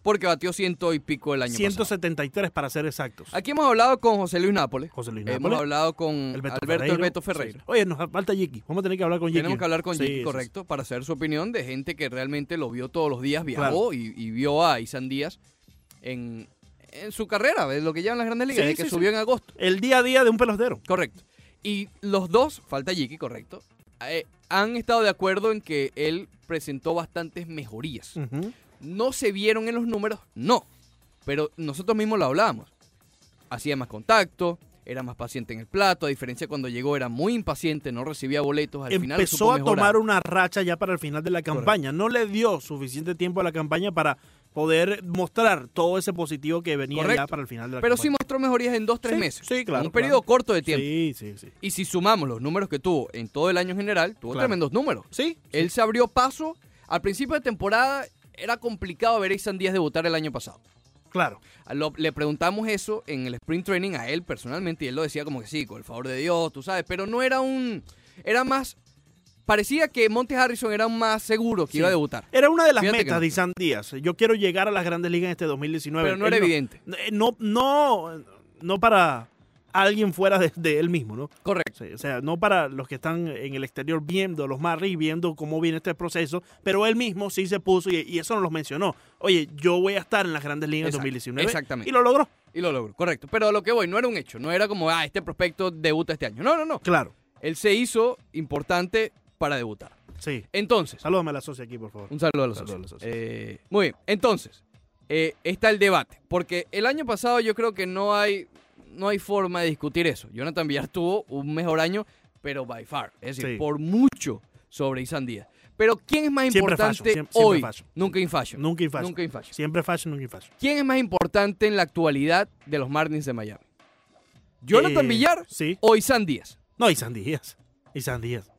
Speaker 1: porque batió ciento y pico el año pasado.
Speaker 2: 173 para ser exactos.
Speaker 1: Aquí hemos hablado con José Luis Nápoles.
Speaker 2: José Luis
Speaker 1: eh, Hemos
Speaker 2: Nápoles,
Speaker 1: hablado con
Speaker 2: Alberto
Speaker 1: Alberto
Speaker 2: Ferreiro.
Speaker 1: El Beto
Speaker 2: Sí.
Speaker 1: Ferreira.
Speaker 2: Oye, nos falta Yiki. Vamos a tener que hablar con Yiki.
Speaker 1: Tenemos que hablar con
Speaker 2: Sí,
Speaker 1: Jimmy,
Speaker 2: sí,
Speaker 1: correcto, para hacer su opinión de gente que realmente lo vio todos los días,
Speaker 2: Claro.
Speaker 1: viajó y, y vio a Isan Díaz en, en su carrera, de lo que llaman las grandes ligas,
Speaker 2: Sí,
Speaker 1: de que
Speaker 2: sí,
Speaker 1: subió en agosto.
Speaker 2: sí. El día a día de un pelotero.
Speaker 1: Correcto. Y los dos, falta Jiki, correcto, eh, han estado de acuerdo en que él presentó bastantes mejorías.
Speaker 2: Ujú.
Speaker 1: No se vieron en los números, no. Pero nosotros mismos lo hablábamos. Hacía más contacto, era más paciente en el plato, a diferencia cuando llegó era muy impaciente, no recibía boletos, al final
Speaker 2: Empezó
Speaker 1: supo
Speaker 2: a
Speaker 1: mejorar.
Speaker 2: tomar una racha ya para el final de la campaña. No le dio suficiente tiempo a la campaña para poder mostrar todo ese positivo que venía ya
Speaker 1: Correcto.
Speaker 2: para el final de la
Speaker 1: Pero sí
Speaker 2: campaña.
Speaker 1: mostró mejorías en dos, tres
Speaker 2: Sí,
Speaker 1: meses.
Speaker 2: sí, claro,
Speaker 1: Un periodo
Speaker 2: claro.
Speaker 1: corto de tiempo.
Speaker 2: Sí, sí, sí.
Speaker 1: Y si sumamos los números que tuvo en todo el año en general, tuvo
Speaker 2: Claro.
Speaker 1: tremendos números.
Speaker 2: Sí,
Speaker 1: Él se abrió paso. Al principio de temporada era complicado ver a Isan Díaz debutar el año pasado.
Speaker 2: claro.
Speaker 1: A lo- le preguntamos eso en el sprint training a él personalmente y él lo decía como que sí, con el favor de Dios, tú sabes, pero no era un... Era más... Parecía que Monte Harrison era un más seguro que
Speaker 2: Sí.
Speaker 1: iba a debutar.
Speaker 2: Era una de las
Speaker 1: Fíjate que
Speaker 2: metas
Speaker 1: no.
Speaker 2: de Isan Díaz. Yo quiero llegar a las grandes ligas en este 2019.
Speaker 1: Pero no era
Speaker 2: Él
Speaker 1: evidente.
Speaker 2: eh, No, no, no para alguien fuera de, de él mismo, ¿no?
Speaker 1: Correcto.
Speaker 2: Sí, o sea, no para los que están en el exterior viendo los Marlins, viendo cómo viene este proceso, pero él mismo sí se puso y, y eso nos lo mencionó. Oye, yo voy a estar en las grandes ligas en
Speaker 1: Exacto,
Speaker 2: 2019.
Speaker 1: exactamente.
Speaker 2: Y lo logró.
Speaker 1: Y lo logró, correcto. Pero a lo que voy, no era un hecho. No era como, ah, este prospecto debuta este año. No, no, no.
Speaker 2: Claro.
Speaker 1: Él se hizo importante para debutar.
Speaker 2: Sí.
Speaker 1: Entonces,
Speaker 2: Salúdame a la socia aquí, por favor.
Speaker 1: un saludo a los
Speaker 2: Saludo a
Speaker 1: socios.
Speaker 2: los socios.
Speaker 1: Eh, muy bien, entonces, eh, está el debate. Porque el año pasado yo creo que no hay, no hay forma de discutir eso. Jonathan Villar tuvo un mejor año, pero by far. Es decir,
Speaker 2: Sí.
Speaker 1: por mucho sobre Isan Díaz. Pero ¿quién es más
Speaker 2: Siempre
Speaker 1: importante
Speaker 2: fashion, siem- siempre
Speaker 1: hoy?
Speaker 2: fashion.
Speaker 1: Nunca in fashion.
Speaker 2: Nunca infashion.
Speaker 1: Nunca in fashion.
Speaker 2: Siempre fashion, nunca infashion.
Speaker 1: ¿Quién es más importante en la actualidad de los Marlins de Miami? ¿Jonathan
Speaker 2: Eh,
Speaker 1: Villar
Speaker 2: sí.
Speaker 1: o Isan Díaz?
Speaker 2: No, Isan Díaz. Isan Díaz.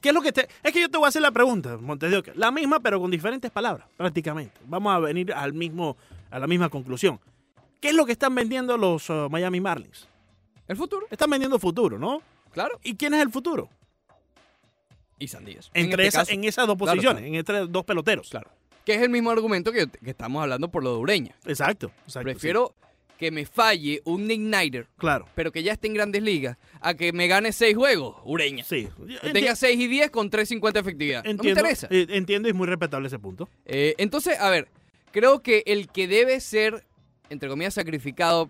Speaker 2: ¿Qué es lo que te.? Es que yo te voy a hacer la pregunta, Montes de Oca. La misma, pero con diferentes palabras, prácticamente. Vamos a venir al mismo, a la misma conclusión. ¿Qué es lo que están vendiendo los eh, Miami Marlins?
Speaker 1: El futuro,
Speaker 2: Están vendiendo futuro, ¿no?
Speaker 1: claro.
Speaker 2: ¿Y quién es el futuro?
Speaker 1: Isan Díaz. En
Speaker 2: Entre
Speaker 1: este
Speaker 2: esas,
Speaker 1: caso.
Speaker 2: en esas dos
Speaker 1: Claro,
Speaker 2: posiciones, en entre dos peloteros.
Speaker 1: Claro. Que es el mismo argumento que, que estamos hablando por lo de Ureña.
Speaker 2: Exacto. exacto,
Speaker 1: Prefiero que me falle un igniter,
Speaker 2: sí. Claro.
Speaker 1: pero que ya esté en grandes ligas, a que me gane seis juegos, Ureña.
Speaker 2: Sí.
Speaker 1: Que tenga 6 y 10 con 3.50 efectividad. No me
Speaker 2: Entiendo,
Speaker 1: interesa.
Speaker 2: eh, entiendo y es muy respetable ese punto.
Speaker 1: Eh, entonces, a ver, creo que el que debe ser, entre comillas, sacrificado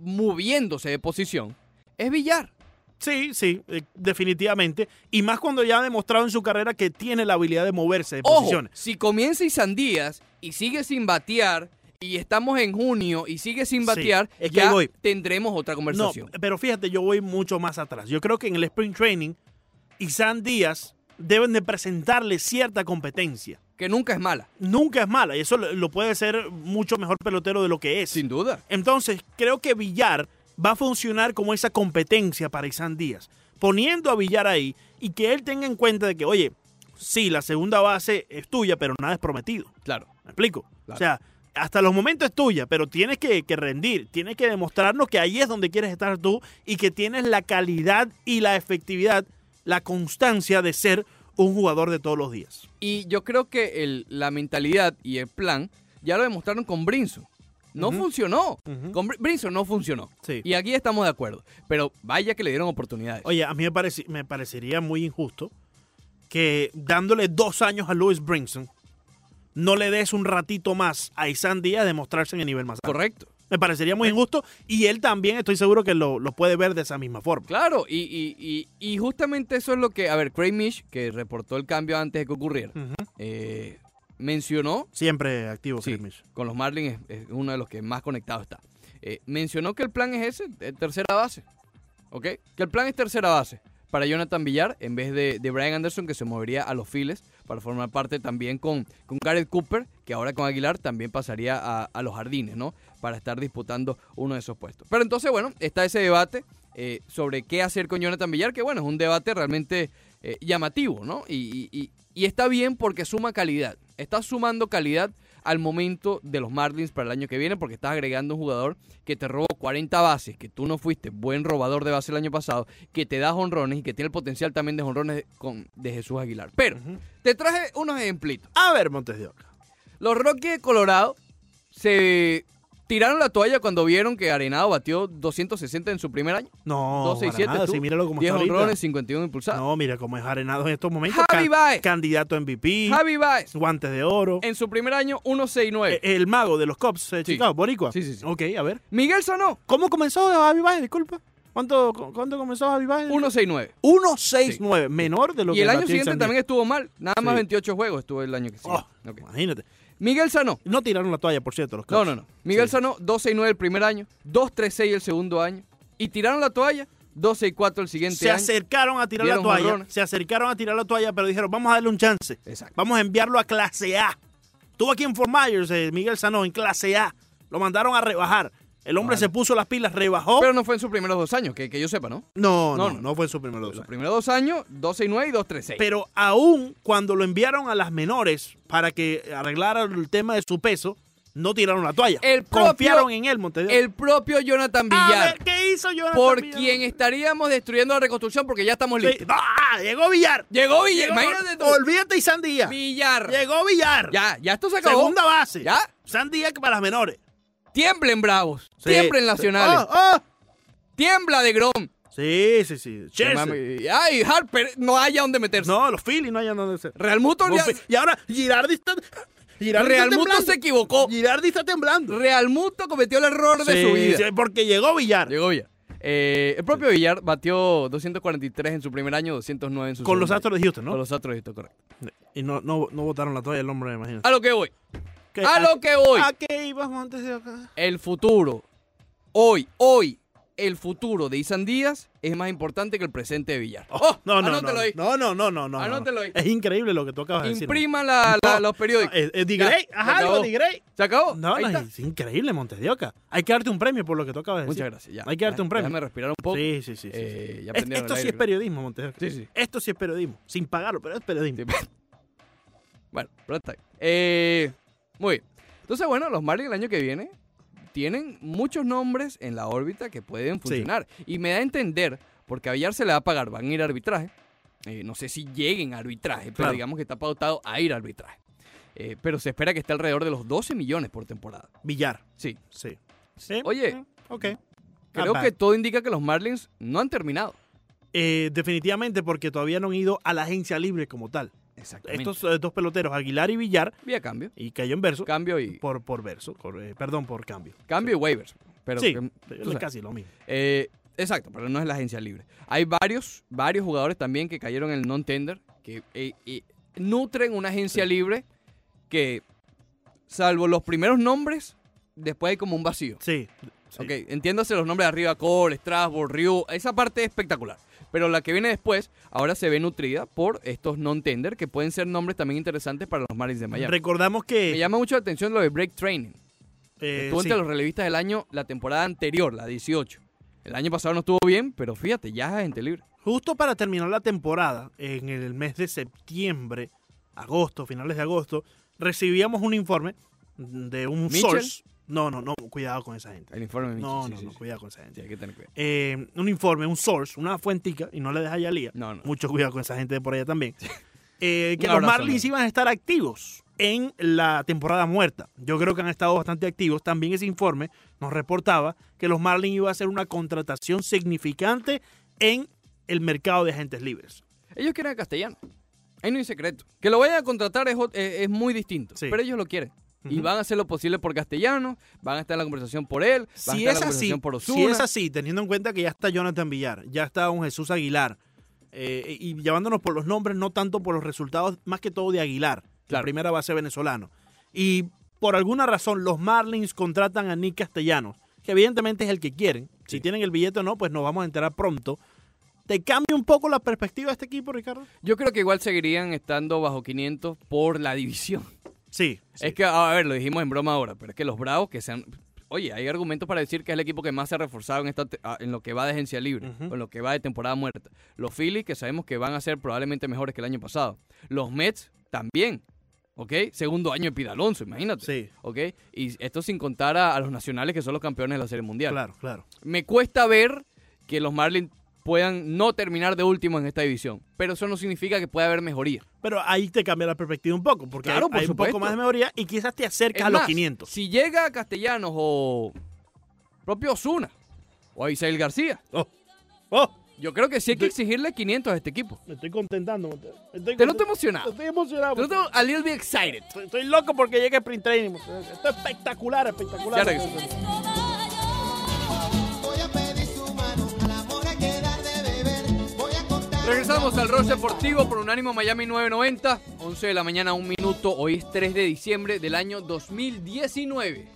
Speaker 1: moviéndose de posición es Villar.
Speaker 2: Sí, sí, eh, definitivamente. Y más cuando ya ha demostrado en su carrera que tiene la habilidad de moverse de
Speaker 1: Ojo,
Speaker 2: posiciones.
Speaker 1: si comienza Isan Díaz y sigue sin batear y estamos en junio y sigue sin
Speaker 2: Sí,
Speaker 1: batear,
Speaker 2: es que ahí
Speaker 1: ya
Speaker 2: voy.
Speaker 1: tendremos otra
Speaker 2: No, eh,
Speaker 1: conversación.
Speaker 2: pero fíjate, yo voy mucho más atrás. Yo creo que en el sprint training, Isan Díaz deben de presentarle cierta competencia.
Speaker 1: Que nunca es mala.
Speaker 2: Nunca es mala y eso lo lo puede ser mucho mejor pelotero de lo que es.
Speaker 1: Sin duda.
Speaker 2: Entonces, creo que Villar va a funcionar como esa competencia para Isan Díaz, poniendo a Villar ahí y que él tenga en cuenta de que, oye, sí, la segunda base es tuya, pero nada es prometido.
Speaker 1: Claro.
Speaker 2: ¿Me explico?
Speaker 1: Claro.
Speaker 2: O sea, hasta los momentos es tuya, pero tienes que, que rendir, tienes que demostrarnos que ahí es donde quieres estar tú y que tienes la calidad y la efectividad, la constancia de ser un jugador de todos los días.
Speaker 1: Y yo creo que el- la mentalidad y el plan ya lo demostraron con Brinson. No
Speaker 2: Ujú.
Speaker 1: funcionó.
Speaker 2: Ujú.
Speaker 1: Con Br- Brinson no funcionó.
Speaker 2: Sí.
Speaker 1: Y aquí estamos de acuerdo. Pero vaya que le dieron oportunidades.
Speaker 2: Oye, a mí me, pareci- me parecería muy injusto que dándole dos años a Louis Brinson, no le des un ratito más a Isan Díaz de mostrarse en el nivel más alto.
Speaker 1: Correcto.
Speaker 2: Me parecería muy injusto y él también estoy seguro que lo, lo puede ver de esa misma forma.
Speaker 1: Claro. Y, y- y- y justamente eso es lo que, a ver, Craig Mish, que reportó el cambio antes de que ocurriera,
Speaker 2: Ujú.
Speaker 1: eh, mencionó
Speaker 2: Siempre activo,
Speaker 1: Sí,
Speaker 2: Chris Mish.
Speaker 1: con los Marlins es, es uno de los que más conectado está. Eh, mencionó que el plan es ese, eh, tercera base. ¿Ok? Que el plan es tercera base para Jonathan Villar en vez de, de Brian Anderson, que se movería a los Phillies para formar parte también con, con Garrett Cooper, que ahora con Aguilar también pasaría a, a los Jardines, ¿no? Para estar disputando uno de esos puestos. Pero entonces, bueno, está ese debate eh, sobre qué hacer con Jonathan Villar, que bueno, es un debate realmente eh, llamativo, ¿no? Y, y- y- y está bien porque suma calidad. Está sumando calidad al momento de los Marlins para el año que viene porque estás agregando un jugador que te robó 40 bases, que tú no fuiste buen robador de bases el año pasado, que te da honrones y que tiene el potencial también de honrones de, con- de Jesús Aguilar. Pero te traje unos ejemplitos.
Speaker 2: A ver, Montes de Oca.
Speaker 1: Los Rockies de Colorado se tiraron la toalla cuando vieron que Arenado batió 260 en su primer año.
Speaker 2: No,
Speaker 1: 12 y
Speaker 2: para
Speaker 1: 7,
Speaker 2: nada,
Speaker 1: tú,
Speaker 2: sí, míralo como
Speaker 1: 10
Speaker 2: está ahorita.
Speaker 1: honrones, 51 impulsados.
Speaker 2: No, mira cómo es Arenado en estos momentos.
Speaker 1: Javi
Speaker 2: Can-
Speaker 1: Baez.
Speaker 2: Candidato a MVP,
Speaker 1: Javi Baez,
Speaker 2: guantes de oro.
Speaker 1: en su primer año,
Speaker 2: Eh,
Speaker 1: 169.
Speaker 2: El mago de los Cops de
Speaker 1: Sí.
Speaker 2: Chicago, Boricua.
Speaker 1: Sí, sí, sí.
Speaker 2: Ok, a ver.
Speaker 1: Miguel Sanó,
Speaker 2: ¿Cómo comenzó Javi Baez? Disculpa. ¿Cuánto, cu- cuánto comenzó Javi Baez?
Speaker 1: 169.
Speaker 2: 1.69, menor de lo
Speaker 1: Y
Speaker 2: que
Speaker 1: el año
Speaker 2: batía
Speaker 1: siguiente
Speaker 2: Xander.
Speaker 1: también estuvo mal. Nada más
Speaker 2: Sí.
Speaker 1: 28 juegos estuvo el año que siguió.
Speaker 2: Oh,
Speaker 1: Ok.
Speaker 2: Imagínate.
Speaker 1: Miguel Sanó.
Speaker 2: No tiraron la toalla, por cierto, los
Speaker 1: No,
Speaker 2: Cubs.
Speaker 1: no, no. Miguel
Speaker 2: Sí.
Speaker 1: Sanó, 12 y 9 el primer año, 2-3-6 el segundo año. Y tiraron la toalla, 12 y 4 el siguiente
Speaker 2: Se
Speaker 1: año.
Speaker 2: acercaron a tirar la
Speaker 1: Dieron
Speaker 2: toalla.
Speaker 1: jonrones.
Speaker 2: Se acercaron a tirar la toalla, pero dijeron, vamos a darle un chance.
Speaker 1: Exacto.
Speaker 2: Vamos a enviarlo a clase A. Estuvo aquí en Fort Myers, eh, Miguel Sanó, en clase A. Lo mandaron a rebajar. El hombre
Speaker 1: Vale.
Speaker 2: se puso las pilas, rebajó.
Speaker 1: Ah, Pero no fue en sus primeros dos años, que, que yo sepa, ¿no?
Speaker 2: no,
Speaker 1: no,
Speaker 2: no,
Speaker 1: no.
Speaker 2: no, fue en su primer dos
Speaker 1: Los
Speaker 2: años.
Speaker 1: primeros dos años, 12 y 9 y 2-3-6.
Speaker 2: Pero aún cuando lo enviaron a las menores para que arreglara el tema de su peso, no tiraron la toalla.
Speaker 1: El propio-
Speaker 2: Confiaron en él, Montevideo.
Speaker 1: El propio Jonathan
Speaker 2: A
Speaker 1: Villar,
Speaker 2: ver, ¿qué hizo Jonathan
Speaker 1: por
Speaker 2: Villar?
Speaker 1: quien estaríamos destruyendo la reconstrucción porque ya estamos
Speaker 2: Sí.
Speaker 1: listos.
Speaker 2: ¡Ah! Llegó Villar.
Speaker 1: Llegó Villar,
Speaker 2: Llegó-
Speaker 1: imagínate tú.
Speaker 2: Olvídate y Sandía.
Speaker 1: Villar.
Speaker 2: Llegó Villar.
Speaker 1: Ya, ya esto se acabó.
Speaker 2: Segunda base.
Speaker 1: Ya.
Speaker 2: Sandía que para las menores.
Speaker 1: Tiemblen bravos,
Speaker 2: Sí.
Speaker 1: tiemblen nacionales,
Speaker 2: Ah, ah.
Speaker 1: tiembla de Grom.
Speaker 2: Sí, sí, sí. Chelsea.
Speaker 1: Ay, Harper, no haya donde meterse.
Speaker 2: No, los Phillies no hayan dónde ser.
Speaker 1: Real Muto ya-
Speaker 2: Y ahora Girardi está. Girardi
Speaker 1: Real
Speaker 2: está
Speaker 1: Muto
Speaker 2: temblando.
Speaker 1: se equivocó.
Speaker 2: Girardi está temblando.
Speaker 1: Real Muto cometió el error de
Speaker 2: Sí,
Speaker 1: su vida.
Speaker 2: sí, porque llegó Villar.
Speaker 1: Llegó Villar. Eh, el propio Villar batió 243 en su primer año, 209 en su
Speaker 2: Con
Speaker 1: segundo
Speaker 2: los
Speaker 1: año.
Speaker 2: Astros de Houston,
Speaker 1: Con
Speaker 2: ¿no?
Speaker 1: los Astros, esto correcto.
Speaker 2: Y no, no, no votaron la toalla el hombre, me imagino.
Speaker 1: A lo que voy.
Speaker 2: ¿Qué-
Speaker 1: A lo que voy.
Speaker 2: ¿A qué íbamos antes de acá?
Speaker 1: El futuro. Hoy, hoy, el futuro de Isan Díaz es más importante que el presente de Villar. Oh,
Speaker 2: no, no,
Speaker 1: anótelo
Speaker 2: no,
Speaker 1: ahí.
Speaker 2: no, no, no, no, no,
Speaker 1: Anótelo ahí.
Speaker 2: Es increíble lo que tú acabas de decir.
Speaker 1: Imprima la- la-
Speaker 2: No,
Speaker 1: los periódicos.
Speaker 2: Eh, eh,
Speaker 1: Ya,
Speaker 2: Digrey,
Speaker 1: se
Speaker 2: ajá, algo
Speaker 1: acabó.
Speaker 2: Digrey.
Speaker 1: ¿Se acabó?
Speaker 2: No,
Speaker 1: Ahí
Speaker 2: no,
Speaker 1: está.
Speaker 2: es increíble, Montes de Oca. Hay que darte un premio por lo que tú acabas de decir.
Speaker 1: Muchas gracias. Ya.
Speaker 2: Hay que darte
Speaker 1: Ya,
Speaker 2: un premio.
Speaker 1: Déjame respirar un poco.
Speaker 2: Sí, sí, sí. sí,
Speaker 1: Eh,
Speaker 2: sí.
Speaker 1: ya
Speaker 2: Es-
Speaker 1: prendieron el
Speaker 2: esto sí
Speaker 1: aire.
Speaker 2: es periodismo, Montes de Oca.
Speaker 1: Sí, sí.
Speaker 2: Esto sí es periodismo. Sin pagarlo, pero es
Speaker 1: Sí,
Speaker 2: periodismo.
Speaker 1: pues. bueno, pero está bien. Eh, muy bien. Entonces, bueno, los Marlins el año que viene tienen muchos nombres en la órbita que pueden funcionar. Y me da a entender, porque a Villar se le va a pagar, van a ir a arbitraje. Eh, no sé si lleguen a arbitraje, pero
Speaker 2: Claro.
Speaker 1: digamos que está pautado a ir a arbitraje. Eh, pero se espera que esté alrededor de los 12 millones por temporada.
Speaker 2: Villar.
Speaker 1: Sí.
Speaker 2: Sí. Sí.
Speaker 1: Oye.
Speaker 2: Ok.
Speaker 1: Creo
Speaker 2: Ah,
Speaker 1: que
Speaker 2: va.
Speaker 1: todo indica que los Marlins no han terminado.
Speaker 2: Eh, definitivamente porque todavía no han ido a la agencia libre como tal.
Speaker 1: Exactamente.
Speaker 2: Estos eh, dos peloteros, Aguilar y Villar,
Speaker 1: Vía cambio.
Speaker 2: y cayó en verso.
Speaker 1: Cambio y,
Speaker 2: por, por verso, por- eh, perdón, por cambio.
Speaker 1: cambio y waivers. Pero
Speaker 2: sí,
Speaker 1: que-
Speaker 2: es
Speaker 1: tú sabes.
Speaker 2: casi lo mismo.
Speaker 1: Eh, exacto, pero no es la agencia libre. Hay varios, varios jugadores también que cayeron en el non-tender, que eh, eh, nutren una agencia libre que, salvo los primeros nombres, después hay como un vacío.
Speaker 2: Sí. sí.
Speaker 1: Ok, entiéndase los nombres de arriba, Cole, Strasbourg, Ryu, esa parte es espectacular. Pero la que viene después, ahora se ve nutrida por estos non-tender, que pueden ser nombres también interesantes para los Marlins de Miami.
Speaker 2: Recordamos
Speaker 1: Me
Speaker 2: que
Speaker 1: llama mucho la atención lo de Break Training.
Speaker 2: eh,
Speaker 1: Estuvo
Speaker 2: sí,
Speaker 1: entre los relevistas del año la temporada anterior, la 18. El año pasado no estuvo bien, pero fíjate, ya es gente libre.
Speaker 2: justo para terminar la temporada, en el mes de septiembre, agosto, finales de agosto, recibíamos un informe de un
Speaker 1: ¿Mitchell?
Speaker 2: source. No, no, no, cuidado con esa gente.
Speaker 1: El informe de Mitchell,
Speaker 2: No,
Speaker 1: sí,
Speaker 2: no,
Speaker 1: sí,
Speaker 2: no,
Speaker 1: sí.
Speaker 2: cuidado con esa
Speaker 1: Sí,
Speaker 2: gente.
Speaker 1: hay que tener cuidado.
Speaker 2: Eh, un informe, un source, una fuentica, y no le deja ya lía.
Speaker 1: No, no.
Speaker 2: Mucho cuidado con esa gente de por allá también. Eh, que
Speaker 1: Un
Speaker 2: los
Speaker 1: abrazo,
Speaker 2: Marlins iban a estar activos en la temporada muerta. Yo creo que han estado bastante activos. También ese informe nos reportaba que los Marlins iban a hacer una contratación significante en el mercado de agentes libres.
Speaker 1: Ellos quieren a Castellano. Ahí no hay secreto. Que lo vayan a contratar es, ot- eh, es- es muy distinto,
Speaker 2: Sí.
Speaker 1: pero ellos lo quieren. Y
Speaker 2: Ujú.
Speaker 1: van a hacer lo posible por Castellano, van a estar en la conversación por él, van
Speaker 2: Si
Speaker 1: a estar en la
Speaker 2: es, así,
Speaker 1: conversación por Osuna.
Speaker 2: si es así, teniendo en cuenta que ya está Jonathan Villar, ya está un Jesús Aguilar, eh, y llevándonos por los nombres, no tanto por los resultados, más que todo de Aguilar,
Speaker 1: Claro.
Speaker 2: la primera base venezolano. Y por alguna razón, los Marlins contratan a Nick Castellanos, que evidentemente es el que quieren.
Speaker 1: Sí.
Speaker 2: Si tienen el billete o no, pues nos vamos a enterar pronto. ¿Te cambia un poco la perspectiva de este equipo, Ricardo?
Speaker 1: Yo creo que igual seguirían estando bajo 500 por la división.
Speaker 2: Sí.
Speaker 1: Es que, a ver, lo dijimos en broma ahora, pero es que los Bravos que se han... oye, hay argumentos para decir que es el equipo que más se ha reforzado en, esta te- ah, en lo que va de agencia libre, o en lo que va de temporada muerta. Los Phillies, que sabemos que van a ser probablemente mejores que el año pasado. Los Mets también. ¿Ok? Segundo año de Pete Alonso, imagínate.
Speaker 2: Sí.
Speaker 1: ¿Ok? Y esto sin contar a, a los nacionales que son los campeones de la Serie Mundial.
Speaker 2: Claro, claro.
Speaker 1: Me cuesta ver que los Marlins puedan no terminar de último en esta división. Pero eso no significa que pueda haber mejoría.
Speaker 2: Pero ahí te cambia la perspectiva un poco, porque
Speaker 1: Claro,
Speaker 2: hay,
Speaker 1: por
Speaker 2: hay un poco
Speaker 1: supuesto.
Speaker 2: más de mejoría y quizás te acercas
Speaker 1: Es
Speaker 2: a los
Speaker 1: más,
Speaker 2: 500.
Speaker 1: Si llega a Castellanos o propio Osuna o a Isael García,
Speaker 2: Oh, oh,
Speaker 1: yo creo que sí hay que
Speaker 2: De-
Speaker 1: exigirle 500 a este equipo.
Speaker 2: me estoy contentando. Me estoy, me estoy
Speaker 1: Te noto
Speaker 2: content-
Speaker 1: emocionado.
Speaker 2: Estoy emocionado.
Speaker 1: Yo tengo a little bit excited.
Speaker 2: Estoy, estoy loco porque llega el print training. muchachos. Esto es espectacular,
Speaker 1: Ya
Speaker 2: espectacular.
Speaker 1: regreso.
Speaker 6: Voy a pedir su mano, al amor hay que dar de beber. Voy a contar.
Speaker 1: Regresamos al Roche Deportivo por Unánimo Miami 990, 11 de la mañana, un minuto. Hoy es 3 de diciembre del año 2019.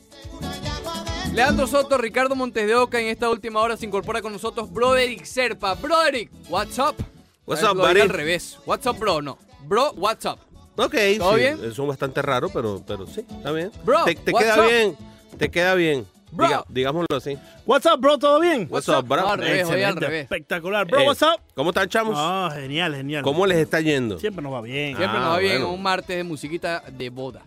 Speaker 1: Leandro Soto, Ricardo Montes de Oca, en esta última hora se incorpora con nosotros Broderick Serpa. Broderick, what's up?
Speaker 7: What's
Speaker 1: Tal vez
Speaker 7: up,
Speaker 1: lo diga
Speaker 7: buddy?
Speaker 1: al revés. What's up, bro? No. Bro, what's up?
Speaker 7: Ok,
Speaker 1: ¿Todo
Speaker 7: sí,
Speaker 1: bien?
Speaker 7: son bastante raros, pero, pero sí, está bien.
Speaker 1: Bro,
Speaker 7: te te
Speaker 1: what's
Speaker 7: queda
Speaker 1: up?
Speaker 7: bien, te queda bien.
Speaker 1: Bro.
Speaker 7: Diga- digámoslo así.
Speaker 2: What's up, bro? ¿Todo bien?
Speaker 7: What's up, bro?
Speaker 1: No, al revés, hoy al
Speaker 2: Excelente,
Speaker 1: revés.
Speaker 2: espectacular. Bro,
Speaker 7: Eh,
Speaker 2: what's up?
Speaker 7: ¿Cómo están, chamos?
Speaker 2: Ah, genial, genial.
Speaker 7: ¿Cómo les está yendo?
Speaker 2: Siempre nos va bien.
Speaker 1: Siempre
Speaker 7: Ah,
Speaker 1: nos va bien
Speaker 7: bueno.
Speaker 1: un martes de musiquita de boda.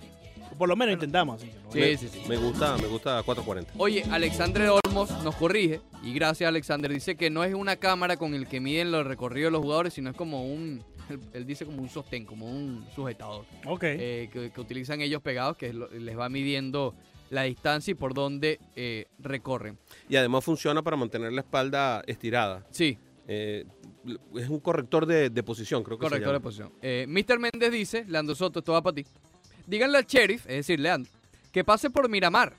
Speaker 2: Por lo menos intentamos. así que nos va
Speaker 1: Sí,
Speaker 2: bien.
Speaker 1: sí, sí.
Speaker 7: Me gusta, me gusta 440.
Speaker 1: Oye, Alexander Olmos nos corrige y gracias Alexander dice que no es una cámara con el que miden los recorridos de los jugadores, sino es como un, él, él dice como un sostén, como un sujetador
Speaker 2: Ok.
Speaker 1: eh, que, que utilizan ellos pegados que lo- les va midiendo la distancia y por dónde eh, recorren.
Speaker 7: Y además funciona para mantener la espalda estirada.
Speaker 1: Sí,
Speaker 7: Eh, es un corrector de, de posición, creo que se
Speaker 1: correcto
Speaker 7: llama.
Speaker 1: la posición. Eh, Mr. Méndez dice, Leandro Soto, esto va para ti. Díganle al sheriff, es decir, Leandro, que pase por Miramar.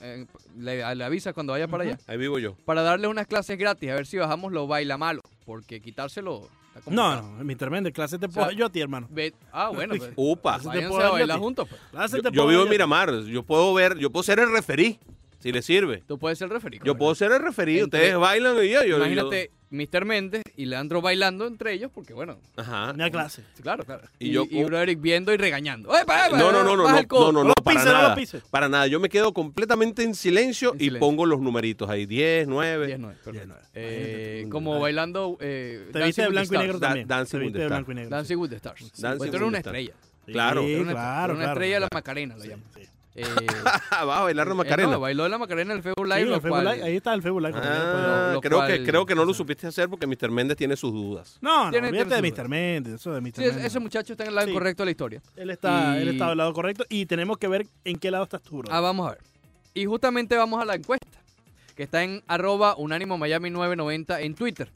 Speaker 1: Eh, le, le avisas cuando vaya para allá.
Speaker 7: Ahí vivo yo.
Speaker 1: para darle unas clases gratis, a ver si bajamos lo baila malo, porque quitárselo está
Speaker 2: No,
Speaker 1: complicado.
Speaker 2: no, mi tremenda clase te
Speaker 1: sea,
Speaker 2: puedo yo a ti, hermano.
Speaker 1: Ve- ah, bueno, pues,
Speaker 7: Upa.
Speaker 2: Así te
Speaker 1: váyanse
Speaker 2: puedo
Speaker 1: a
Speaker 2: dar yo a
Speaker 1: bailar
Speaker 2: ti.
Speaker 1: juntos. pues.
Speaker 2: Clase
Speaker 7: Yo,
Speaker 2: te
Speaker 7: yo
Speaker 2: puedo dar
Speaker 7: vivo en
Speaker 2: yo a ti.
Speaker 7: Miramar, yo puedo ver, yo puedo ser el referí, si le sirve.
Speaker 1: Tú puedes ser referido.
Speaker 7: Yo puedo ser el referí,
Speaker 1: Entre-
Speaker 7: ustedes bailan y yo, yo- yo-
Speaker 1: Imagínate Mr. Méndez y Leandro bailando entre ellos, porque bueno,
Speaker 7: Ajá.
Speaker 2: Una clase.
Speaker 1: claro, claro.
Speaker 7: Y
Speaker 1: Y,
Speaker 7: yo-
Speaker 1: y Broderick viendo y regañando. ¡Epa, epa,
Speaker 7: No, no, no, no,
Speaker 1: baja
Speaker 7: no,
Speaker 1: el codo!
Speaker 7: no, no,
Speaker 2: No
Speaker 7: no,
Speaker 2: lo
Speaker 7: para
Speaker 2: pise, no lo
Speaker 7: nada.
Speaker 2: pise.
Speaker 7: para nada. Yo me quedo completamente en silencio
Speaker 1: En
Speaker 7: y
Speaker 1: silencio.
Speaker 7: pongo los numeritos ahí, 10, 9.
Speaker 1: 19, perdón.
Speaker 2: 19.
Speaker 1: Eh, como bailando eh,
Speaker 2: Te viste de
Speaker 1: with the
Speaker 2: blanco y negro
Speaker 1: Stars.
Speaker 7: Da-
Speaker 2: también.
Speaker 7: Dancing
Speaker 2: Te
Speaker 7: with
Speaker 2: viste
Speaker 7: the
Speaker 2: de
Speaker 7: Stars.
Speaker 2: blanco y negro.
Speaker 1: Dancing with the Stars. Pues
Speaker 7: Dancing
Speaker 1: tú eres
Speaker 7: with
Speaker 1: una
Speaker 7: the Stars.
Speaker 1: estrella.
Speaker 7: Claro.
Speaker 1: Tú
Speaker 2: Sí,
Speaker 1: eres una,
Speaker 2: claro,
Speaker 1: estrella, una
Speaker 2: claro,
Speaker 1: estrella de la
Speaker 2: claro.
Speaker 1: Macarena, lo llaman.
Speaker 2: Sí.
Speaker 1: Eh,
Speaker 7: Vas Ah, a bailar la Macarena.
Speaker 1: Eh, no, bailó la Macarena en el Facebook Live.
Speaker 2: Sí,
Speaker 1: lo
Speaker 2: el Facebook
Speaker 1: cual-
Speaker 2: Live, ahí está el Facebook Live.
Speaker 7: Ah,
Speaker 1: pues, lo
Speaker 7: creo, que,
Speaker 1: cual-
Speaker 7: creo que no lo supiste hacer porque Mr. Méndez tiene sus dudas.
Speaker 2: No, no,
Speaker 1: Tiene-
Speaker 2: olvídate de
Speaker 1: tiene
Speaker 2: Mr. Méndez, eso de Mr.
Speaker 1: Sí, es-
Speaker 2: Méndez.
Speaker 1: ese muchacho está en el lado
Speaker 2: Sí.
Speaker 1: correcto de la historia.
Speaker 2: Él está, él
Speaker 1: Y-
Speaker 2: está del lado correcto y tenemos que ver en qué lado estás tú, bro.
Speaker 1: Ah, vamos a ver. Y justamente vamos a la encuesta, que está en arroba unánimo Miami 990 en Twitter.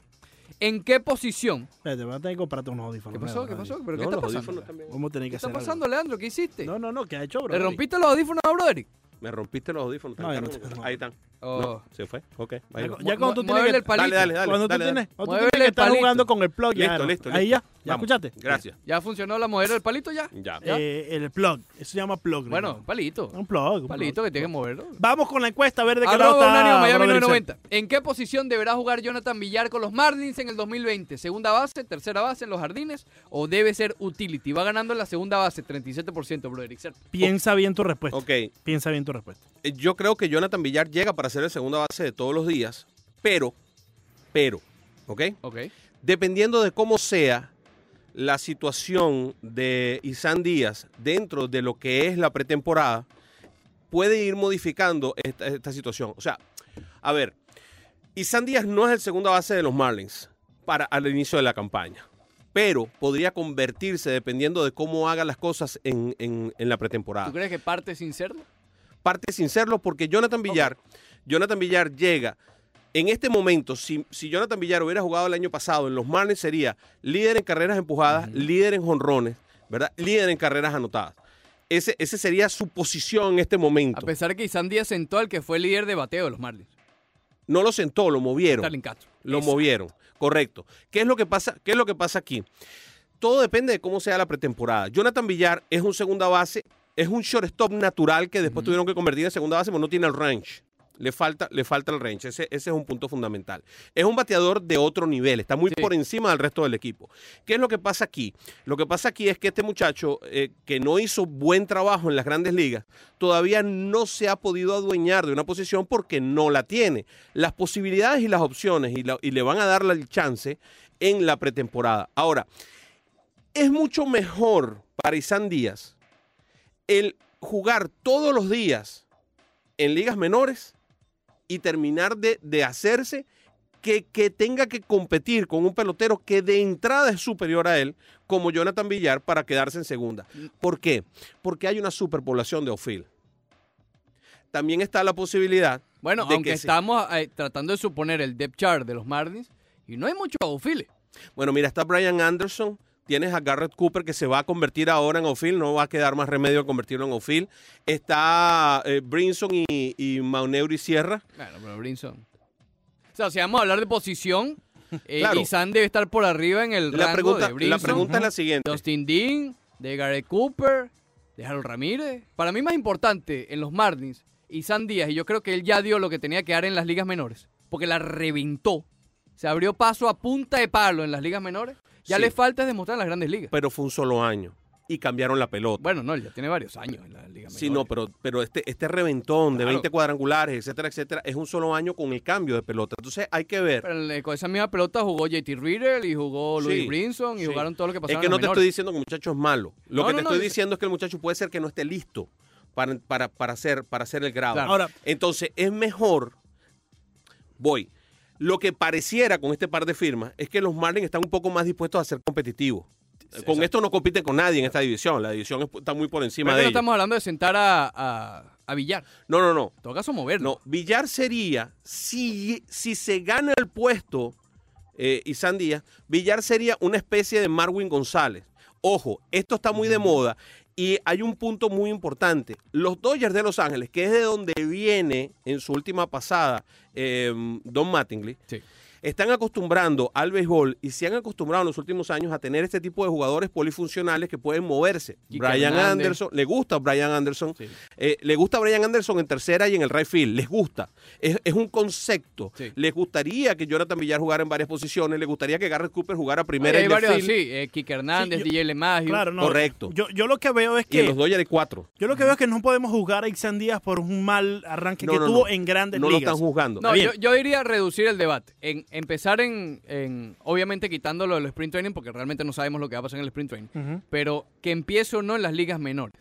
Speaker 1: ¿En qué posición?
Speaker 2: Espérate, voy a tener que comprarte unos audífonos.
Speaker 1: ¿Qué pasó?
Speaker 2: nuevos,
Speaker 1: ¿Qué
Speaker 2: Brody.
Speaker 1: pasó? ¿Pero qué
Speaker 7: No,
Speaker 1: está
Speaker 7: los
Speaker 1: pasando?
Speaker 7: audífonos también.
Speaker 2: Vamos a tener
Speaker 1: ¿Qué
Speaker 2: que
Speaker 1: está
Speaker 2: hacer algo.
Speaker 1: pasando, Leandro? ¿Qué hiciste?
Speaker 2: No, no, no, ¿qué ha hecho, bro?
Speaker 1: ¿Le rompiste los audífonos a Broderick?
Speaker 7: Me rompiste los audífonos.
Speaker 2: No, ya no
Speaker 7: Están
Speaker 2: te-
Speaker 7: como-
Speaker 2: no.
Speaker 7: Ahí están.
Speaker 1: Oh.
Speaker 7: No, se fue. Ok. ahí
Speaker 2: Ya
Speaker 7: va.
Speaker 2: con- ya cuando tú tienes
Speaker 1: Muévele
Speaker 2: que-
Speaker 1: el palito.
Speaker 7: Dale, dale, dale.
Speaker 2: Cuando tú
Speaker 7: dale, dale.
Speaker 2: tienes, cuando tú
Speaker 1: Muévele
Speaker 2: tienes que
Speaker 1: el
Speaker 2: estar
Speaker 1: palito.
Speaker 2: jugando con el plug, ya,
Speaker 7: Listo,
Speaker 2: ¿no?
Speaker 7: listo,
Speaker 2: Ahí ya,
Speaker 7: listo.
Speaker 2: ¿ya
Speaker 7: Vamos.
Speaker 2: escuchaste?
Speaker 7: Gracias.
Speaker 1: ¿Ya funcionó la modelo del palito ya?
Speaker 7: Ya.
Speaker 1: Ya.
Speaker 2: Eh, el plug, eso se llama plug. ¿no?
Speaker 1: Bueno, palito.
Speaker 2: un plug. un
Speaker 1: Palito
Speaker 2: plug.
Speaker 1: que tiene que moverlo.
Speaker 2: Vamos con la encuesta a ver de qué lado
Speaker 1: Arroba
Speaker 2: está.
Speaker 1: Unánimo Miami
Speaker 2: Broderick
Speaker 1: 990. ¿En qué posición deberá jugar Jonathan Villar con los Marlins en el 2020? ¿Segunda base, tercera base en los jardines o debe ser utility? Va ganando en la segunda base, 37%, Broderick. Serpa.
Speaker 2: Serpa. Piensa bien tu
Speaker 1: pues.
Speaker 2: respuesta.
Speaker 7: Ok. eh,
Speaker 2: Piensa bien tu respuesta.
Speaker 7: Yo creo que Jonathan Villar llega para ser el segunda base de todos los días, pero, pero, ¿ok?
Speaker 1: Ok.
Speaker 7: Dependiendo de cómo sea la situación de Isan Díaz dentro de lo que es la pretemporada, puede ir modificando esta, esta situación. O sea, a ver, Isan Díaz no es el segunda base de los Marlins para al inicio de la campaña, pero podría convertirse dependiendo de cómo haga las cosas en, en- en la pretemporada
Speaker 1: ¿Tú crees que parte sin serlo?
Speaker 7: parte sin serlo, porque Jonathan Villar, Jonathan Villar llega. En este momento, si, si Jonathan Villar hubiera jugado el año pasado en los Marlins, sería líder en carreras empujadas, líder en jonrones, ¿verdad? Líder en carreras anotadas. Ese, ese sería su posición en este
Speaker 1: A
Speaker 7: momento.
Speaker 1: pesar que Isan Díaz sentó al que fue el líder de bateo de los Marlins.
Speaker 7: No lo sentó, lo movieron.
Speaker 1: Starling Castro.
Speaker 7: Lo
Speaker 1: Exacto.
Speaker 7: movieron, correcto. ¿Qué es lo que pasa? ¿Qué es lo que pasa aquí? Todo depende de cómo sea la pretemporada. Jonathan Villar es un segunda base, es un shortstop natural que después tuvieron que convertir en segunda base, pero no tiene el range. Le falta, le falta el range. Ese, ese es un punto fundamental. Es un bateador de otro nivel. Está muy
Speaker 1: Sí.
Speaker 7: por encima del resto del equipo. ¿Qué es lo que pasa aquí? Lo que pasa aquí es que este muchacho, eh, que no hizo buen trabajo en las grandes ligas, todavía no se ha podido adueñar de una posición porque no la tiene. Las posibilidades y las opciones, y, la- y le van a dar la- el chance en la pretemporada. Ahora, es mucho mejor para Isan Díaz el jugar todos los días en ligas menores y terminar de, de hacerse que, que tenga que competir con un pelotero que de entrada es superior a él, como Jonathan Villar, para quedarse en segunda. ¿Por qué? Porque hay una superpoblación de outfield. También está la posibilidad
Speaker 1: Bueno,
Speaker 7: de
Speaker 1: aunque
Speaker 7: que se-
Speaker 1: estamos eh, tratando de suponer el depth chart de los Marlins y no hay muchos outfield.
Speaker 7: Bueno, mira, está Brian Anderson. Tienes a Garrett Cooper que se va a convertir ahora en outfield. No va a quedar más remedio a convertirlo en outfield. Está eh, Brinson y, y Mauneuri Sierra.
Speaker 1: Bueno, pero Brinson. O sea, si vamos a hablar de posición, eh,
Speaker 7: Claro.
Speaker 1: Isan debe estar por arriba en el
Speaker 7: La
Speaker 1: rango
Speaker 7: pregunta,
Speaker 1: de Brinson,
Speaker 7: la pregunta es la siguiente.
Speaker 1: de Austin Dean, de Garrett Cooper, de Harold Ramírez. Para mí más importante en los Marlins, Isan Díaz, y yo creo que él ya dio lo que tenía que dar en las ligas menores, porque la reventó. Se abrió paso a punta de palo en las ligas menores. Ya
Speaker 7: Sí.
Speaker 1: le falta es demostrar en las grandes ligas.
Speaker 7: Pero fue un solo año y cambiaron la pelota.
Speaker 1: Bueno, no, él ya tiene varios años en las ligas menores.
Speaker 7: Sí, no, pero, pero este, este reventón de
Speaker 1: Claro.
Speaker 7: 20 cuadrangulares, etcétera, etcétera, es un solo año con el cambio de pelota. Entonces hay que ver.
Speaker 1: Pero le- con esa misma pelota jugó JT Riddle y jugó Louis
Speaker 7: Sí,
Speaker 1: Brinson y
Speaker 7: sí.
Speaker 1: jugaron todo lo que
Speaker 7: Es
Speaker 1: pasaron
Speaker 7: que no
Speaker 1: en
Speaker 7: te
Speaker 1: las
Speaker 7: estoy
Speaker 1: menores.
Speaker 7: diciendo que el muchacho es malo. Lo
Speaker 1: No,
Speaker 7: que
Speaker 1: no,
Speaker 7: te
Speaker 1: no,
Speaker 7: estoy
Speaker 1: yo-
Speaker 7: diciendo es que el muchacho puede ser que no esté listo para, para, para, hacer, para hacer el grado.
Speaker 1: Claro.
Speaker 2: Ahora,
Speaker 7: Entonces, es mejor. Voy. Lo que pareciera con este par de firmas es que los Marlins están un poco más dispuestos a ser competitivos. Con esto no compiten con nadie en esta división. La división es- está muy por
Speaker 1: Pero
Speaker 7: encima
Speaker 1: es
Speaker 7: de
Speaker 1: que no
Speaker 7: ellos.
Speaker 1: estamos hablando de sentar a, a, a Villar.
Speaker 7: No, no, no.
Speaker 1: En todo caso, moverlo.
Speaker 7: No, Villar sería, si, si se gana el puesto eh, y Díaz, Villar sería una especie de Marwin González. Ojo, esto está muy de moda y hay un punto muy importante. Los Dodgers de Los Ángeles, que es de donde viene en su última pasada eh, Don Mattingly,
Speaker 1: Sí.
Speaker 7: están acostumbrando al béisbol y se han acostumbrado en los últimos años a tener este tipo de jugadores polifuncionales que pueden moverse.
Speaker 1: Quique
Speaker 7: Brian
Speaker 1: Hernández.
Speaker 7: Anderson, le gusta Brian Anderson,
Speaker 1: Sí.
Speaker 7: eh, le gusta Brian Anderson en tercera y en el right field, les gusta. Es, es un concepto.
Speaker 1: Sí.
Speaker 7: Les gustaría que Jonathan Villar jugara en varias posiciones, les gustaría que Garrett Cooper jugara
Speaker 1: Oye,
Speaker 7: primera y
Speaker 1: hay
Speaker 7: left
Speaker 1: varios
Speaker 7: field.
Speaker 1: así. eh, Kike Hernández,
Speaker 2: Sí, yo-
Speaker 1: DJ LeMahieu.
Speaker 2: claro, no.
Speaker 7: Correcto.
Speaker 2: Yo, yo lo que veo es
Speaker 7: Y en
Speaker 2: que.
Speaker 7: los Dodgers hay cuatro.
Speaker 2: Yo lo que veo es que no podemos juzgar a Ixan Díaz por un mal arranque
Speaker 7: No,
Speaker 2: que
Speaker 7: no,
Speaker 2: tuvo
Speaker 7: no.
Speaker 2: en grandes
Speaker 7: No lo
Speaker 2: ligas.
Speaker 7: están juzgando.
Speaker 1: No,
Speaker 2: Está
Speaker 1: yo,
Speaker 2: bien.
Speaker 1: yo diría reducir el debate. En, empezar en, en, obviamente, quitándolo del sprint training, porque realmente no sabemos lo que va a pasar en el sprint training.
Speaker 2: Ujú.
Speaker 1: Pero que empiece o no en las ligas menores.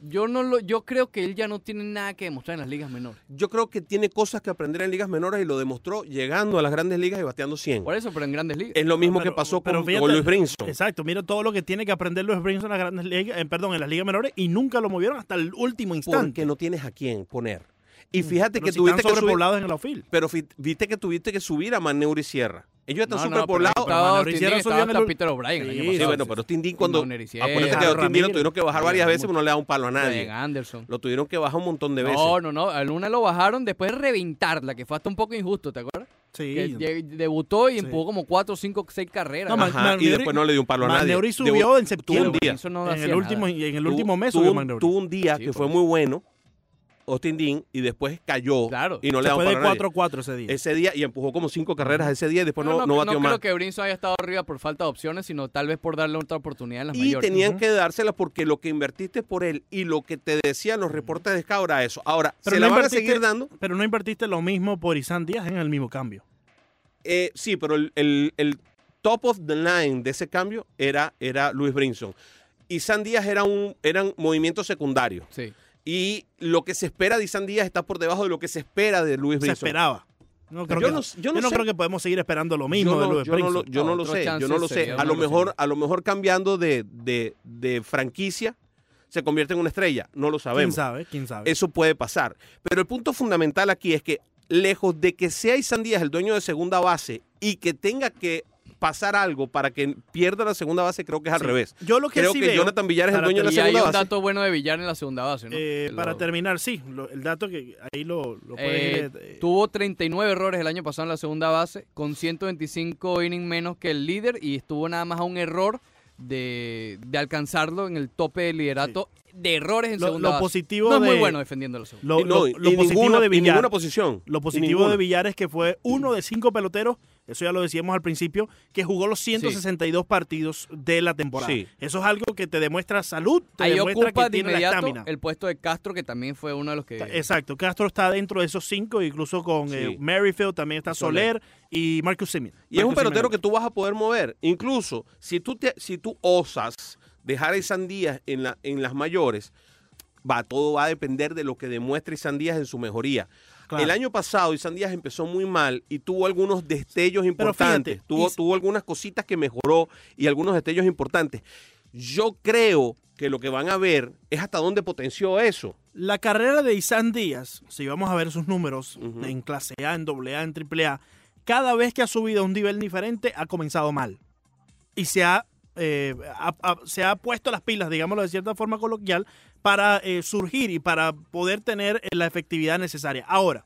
Speaker 1: Yo no lo, yo creo que él ya no tiene nada que demostrar en las ligas menores.
Speaker 7: Yo creo que tiene cosas que aprender en ligas menores y lo demostró llegando a las grandes ligas y bateando 100.
Speaker 1: Por eso, pero en grandes ligas.
Speaker 7: Es lo mismo
Speaker 2: Pero-
Speaker 7: que pasó con,
Speaker 2: pero fíjate-
Speaker 7: con Luis Brinson.
Speaker 2: Exacto, mira todo lo que tiene que aprender Luis Brinson en las grandes ligas, en, perdón, en las ligas menores y nunca lo movieron hasta el último instante.
Speaker 7: Porque no tienes a quién poner. Y fíjate
Speaker 2: Pero
Speaker 7: que
Speaker 2: si
Speaker 7: tuviste
Speaker 2: están
Speaker 7: que subir.
Speaker 2: sobrepoblados en el outfield.
Speaker 7: Pero fi- viste que tuviste que subir a Maneuri Sierra. Ellos están
Speaker 1: No, no,
Speaker 7: superpoblados.
Speaker 1: pero
Speaker 2: Pero Manuel
Speaker 1: Austin
Speaker 2: Sierra
Speaker 1: Dean, estaba
Speaker 2: subió en
Speaker 1: hasta
Speaker 2: el-
Speaker 1: Peter O'Brien el
Speaker 2: Sí,
Speaker 1: año
Speaker 2: sí,
Speaker 7: Sí,
Speaker 1: pasado.
Speaker 7: bueno, pues, pero Tindín cuando.
Speaker 1: Manuel Sierra.
Speaker 7: Acuérdate que a
Speaker 2: Carlos
Speaker 7: Tindín lo
Speaker 2: Ramírez.
Speaker 7: tuvieron que bajar varias veces, pero no le daban palo a
Speaker 1: Brian
Speaker 7: nadie.
Speaker 1: Anderson.
Speaker 7: Lo tuvieron que bajar un montón de veces.
Speaker 1: No, no, no. A Luna lo bajaron después de reventarla, que fue hasta un poco injusto, ¿te acuerdas? Que
Speaker 2: Sí.
Speaker 1: de- debutó y
Speaker 2: Sí.
Speaker 1: empujó como 4, 5, 6 carreras.
Speaker 2: No,
Speaker 1: ¿no?
Speaker 2: man-
Speaker 7: Ajá, y
Speaker 2: Manuel-
Speaker 7: después no le dio un palo a nadie.
Speaker 2: Maneuri
Speaker 7: Debu-
Speaker 2: subió en
Speaker 7: tuvo
Speaker 2: septiembre.
Speaker 7: un día.
Speaker 1: Eso no
Speaker 2: en,
Speaker 1: hacía
Speaker 2: el último,
Speaker 1: nada.
Speaker 2: en el
Speaker 7: Tuvo-
Speaker 2: último mes
Speaker 7: tuvo
Speaker 2: subió
Speaker 7: un-
Speaker 2: Manuel.
Speaker 7: Tuvo un día
Speaker 1: Sí,
Speaker 7: que
Speaker 1: por
Speaker 7: fue
Speaker 1: favor.
Speaker 7: muy bueno. Austin Dean y después cayó
Speaker 1: Claro.
Speaker 7: y no le
Speaker 2: Se
Speaker 7: daban
Speaker 2: fue
Speaker 7: palo
Speaker 2: de
Speaker 7: a nadie.
Speaker 2: 4-4 ese día.
Speaker 7: Ese día y empujó como cinco carreras ese día y después Pues no, no, batió
Speaker 1: creo
Speaker 7: más.
Speaker 1: que Brinson haya estado arriba por falta de opciones, sino tal vez por darle otra oportunidad en las
Speaker 7: Y
Speaker 1: mayores.
Speaker 7: tenían que dársela porque lo que invertiste por él y lo que te decían los reportes de Scout era eso. Ahora,
Speaker 2: Mm. Pero
Speaker 7: ¿se
Speaker 2: no
Speaker 7: la van a
Speaker 2: invertiste-
Speaker 7: seguir dando?
Speaker 2: Pero no invertiste lo mismo por Isan Díaz en el mismo cambio.
Speaker 7: Eh, sí, pero el, el- el top of the line de ese cambio era, era Luis Brinson. Y San Díaz era un, eran movimientos secundarios.
Speaker 1: Sí.
Speaker 7: Y lo que se espera de San Díaz está por debajo de lo que se espera de Luis
Speaker 2: Se
Speaker 7: Brinson.
Speaker 2: esperaba. No creo
Speaker 7: Yo
Speaker 2: que,
Speaker 7: no- yo no sé.
Speaker 2: creo que podemos seguir esperando lo
Speaker 7: Yo
Speaker 2: mismo de
Speaker 7: no,
Speaker 2: Luis
Speaker 7: yo no lo,
Speaker 2: Brinson.
Speaker 7: yo no lo
Speaker 1: Otro
Speaker 7: sé, yo
Speaker 1: chance
Speaker 7: no lo sé.
Speaker 1: sería
Speaker 7: A lo
Speaker 1: algo
Speaker 7: mejor,
Speaker 1: similar.
Speaker 7: a lo mejor cambiando de, de- de franquicia se convierte en una estrella. No lo
Speaker 2: ¿Quién
Speaker 7: sabemos.
Speaker 2: sabe? ¿Quién sabe?
Speaker 7: Eso puede pasar. Pero el punto fundamental aquí es que, lejos de que sea Isan Díaz el dueño de segunda base y que tenga que pasar algo para que pierda la segunda base, creo que es al
Speaker 2: Sí.
Speaker 7: revés.
Speaker 2: Yo lo que
Speaker 7: creo
Speaker 2: sí
Speaker 7: que
Speaker 2: veo-
Speaker 7: Jonathan Villar es el
Speaker 2: para
Speaker 7: dueño de la
Speaker 1: Y hay
Speaker 7: segunda
Speaker 1: un
Speaker 7: base.
Speaker 1: dato bueno de Villar en la segunda base, ¿no?
Speaker 2: Eh,
Speaker 1: Que
Speaker 2: para
Speaker 1: lo-
Speaker 2: terminar, sí, lo- el dato que ahí lo, lo puedes
Speaker 1: Eh,
Speaker 2: ir, eh,
Speaker 1: tuvo 39 errores el año pasado en la segunda base, con 125 innings menos que el líder y estuvo nada más a un error de, de alcanzarlo en el tope de liderato de errores en
Speaker 2: Lo-
Speaker 1: segunda
Speaker 2: lo
Speaker 1: base.
Speaker 2: positivo
Speaker 1: no es muy
Speaker 2: de-
Speaker 1: bueno defendiendo la segunda.
Speaker 2: Lo,
Speaker 7: Y no,
Speaker 2: lo-
Speaker 7: y
Speaker 2: lo positivo
Speaker 7: ninguna-
Speaker 2: de
Speaker 7: y
Speaker 2: Villar.
Speaker 7: ninguna posición.
Speaker 2: Lo
Speaker 7: Y
Speaker 2: positivo
Speaker 7: ninguna.
Speaker 2: de Villar es que fue uno de cinco peloteros, eso ya lo decíamos al principio, que jugó los 162 partidos de la temporada.
Speaker 7: Sí.
Speaker 2: Eso es algo que te demuestra salud, te
Speaker 1: Ahí
Speaker 2: demuestra
Speaker 1: ocupa
Speaker 2: que
Speaker 1: de
Speaker 2: tiene la
Speaker 1: inmediato
Speaker 2: estamina.
Speaker 1: el puesto de Castro, que también fue uno de los que...
Speaker 2: Exacto, Castro está dentro de esos cinco, incluso con eh,
Speaker 7: Sí.
Speaker 2: Merrifield, también está Soler, y Marcus Simeon.
Speaker 7: Y es un pelotero que tú vas a poder mover. Incluso si tú, te- si tú osas dejar a Isan Díaz en, la- en las mayores, va, todo va a depender de lo que demuestre Isan Díaz en su mejoría.
Speaker 2: Claro.
Speaker 7: El año pasado Isan Díaz empezó muy mal y tuvo algunos destellos importantes.
Speaker 2: fíjate,
Speaker 7: tuvo,
Speaker 2: Is-
Speaker 7: tuvo algunas cositas que mejoró y algunos destellos importantes. Yo creo que lo que van a ver es hasta dónde potenció eso.
Speaker 2: La carrera de Isan Díaz, si vamos a ver sus números
Speaker 7: Ujú.
Speaker 2: en clase A, en AA, en AAA, cada vez que ha subido a un nivel diferente ha comenzado mal. Y se ha, eh, ha- ha- se ha puesto las pilas, digámoslo de cierta forma coloquial, para eh, surgir y para poder tener eh, la efectividad necesaria. Ahora,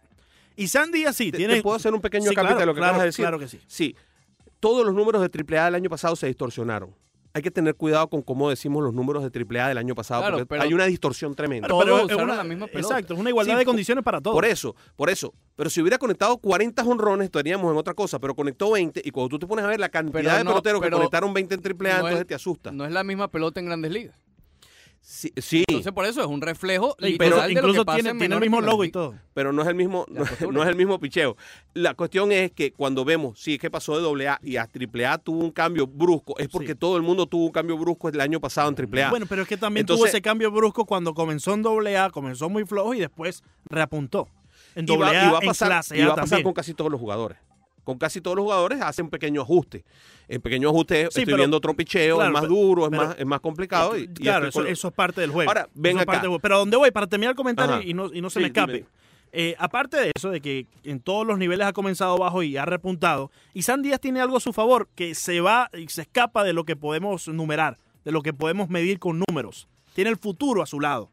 Speaker 2: Isan Díaz sí
Speaker 7: ¿Te,
Speaker 2: tiene...
Speaker 7: te puedo hacer un pequeño
Speaker 2: Sí,
Speaker 7: acápite
Speaker 2: claro,
Speaker 7: de lo que
Speaker 2: claro,
Speaker 7: acabas de decir?
Speaker 2: Claro que sí.
Speaker 7: Sí, todos los números de AAA del año pasado se distorsionaron. Hay que tener cuidado con cómo decimos los números de AAA del año pasado,
Speaker 1: Claro,
Speaker 7: porque
Speaker 1: pero-
Speaker 7: hay una distorsión tremenda.
Speaker 1: Todos
Speaker 2: Pero es
Speaker 1: usaron
Speaker 2: una-
Speaker 1: la misma pelota.
Speaker 2: Exacto, es una igualdad
Speaker 7: Sí,
Speaker 2: de
Speaker 7: por-
Speaker 2: condiciones para todos.
Speaker 7: Por eso, por eso. Pero si hubiera conectado 40 jonrones, estaríamos en otra cosa. Pero conectó 20, y cuando tú te pones a ver la cantidad
Speaker 1: Pero
Speaker 7: de
Speaker 1: no,
Speaker 7: peloteros que
Speaker 1: pero
Speaker 7: conectaron 20 en AAA,
Speaker 1: no
Speaker 7: entonces
Speaker 1: es-
Speaker 7: te asusta.
Speaker 1: No es la misma pelota en Grandes Ligas.
Speaker 7: Sí, sí,
Speaker 1: Entonces, por eso es un reflejo
Speaker 2: Pero
Speaker 1: literal de lo que
Speaker 2: incluso
Speaker 1: pasa
Speaker 2: tiene,
Speaker 1: en
Speaker 2: tiene el
Speaker 1: menores
Speaker 2: mismo
Speaker 1: que en
Speaker 2: logo
Speaker 1: las
Speaker 2: y todo.
Speaker 7: pero no es el mismo,
Speaker 1: La postura.
Speaker 7: no es el mismo picheo. La cuestión es que cuando vemos, sí, que pasó de AA y a AAA tuvo un cambio brusco, es porque
Speaker 2: Sí.
Speaker 7: todo el mundo tuvo un cambio brusco el año pasado en AAA.
Speaker 2: Bueno, pero es que también tuvo
Speaker 7: Entonces-
Speaker 2: ese cambio brusco cuando comenzó en doble A, comenzó muy flojo y después reapuntó. En
Speaker 7: y
Speaker 2: doble
Speaker 7: va,
Speaker 2: A,
Speaker 7: y va a
Speaker 2: en
Speaker 7: pasar,
Speaker 2: clase
Speaker 7: y
Speaker 2: A
Speaker 7: va a pasar
Speaker 2: también.
Speaker 7: con casi todos los jugadores. Con casi todos los jugadores hace un pequeño ajuste. El pequeño ajuste es,
Speaker 2: Sí,
Speaker 7: estoy
Speaker 2: pero-
Speaker 7: viendo otro picheo,
Speaker 2: claro,
Speaker 7: es más
Speaker 2: pero-
Speaker 7: duro, es,
Speaker 2: pero-
Speaker 7: más, es más complicado. y- y
Speaker 2: claro,
Speaker 7: estoy
Speaker 2: eso,
Speaker 7: con-
Speaker 2: eso es parte del juego.
Speaker 7: Ahora, ven
Speaker 2: Eso es
Speaker 7: acá.
Speaker 2: parte del juego. Pero a dónde voy, para terminar el comentario
Speaker 7: Ajá.
Speaker 2: y no, y no se
Speaker 7: Sí,
Speaker 2: me escape.
Speaker 7: dime.
Speaker 2: Eh, aparte de eso, de que en todos los niveles ha comenzado bajo y ha repuntado, y San Díaz tiene algo a su favor, que se va y se escapa de lo que podemos numerar, de lo que podemos medir con números. Tiene el futuro a su lado.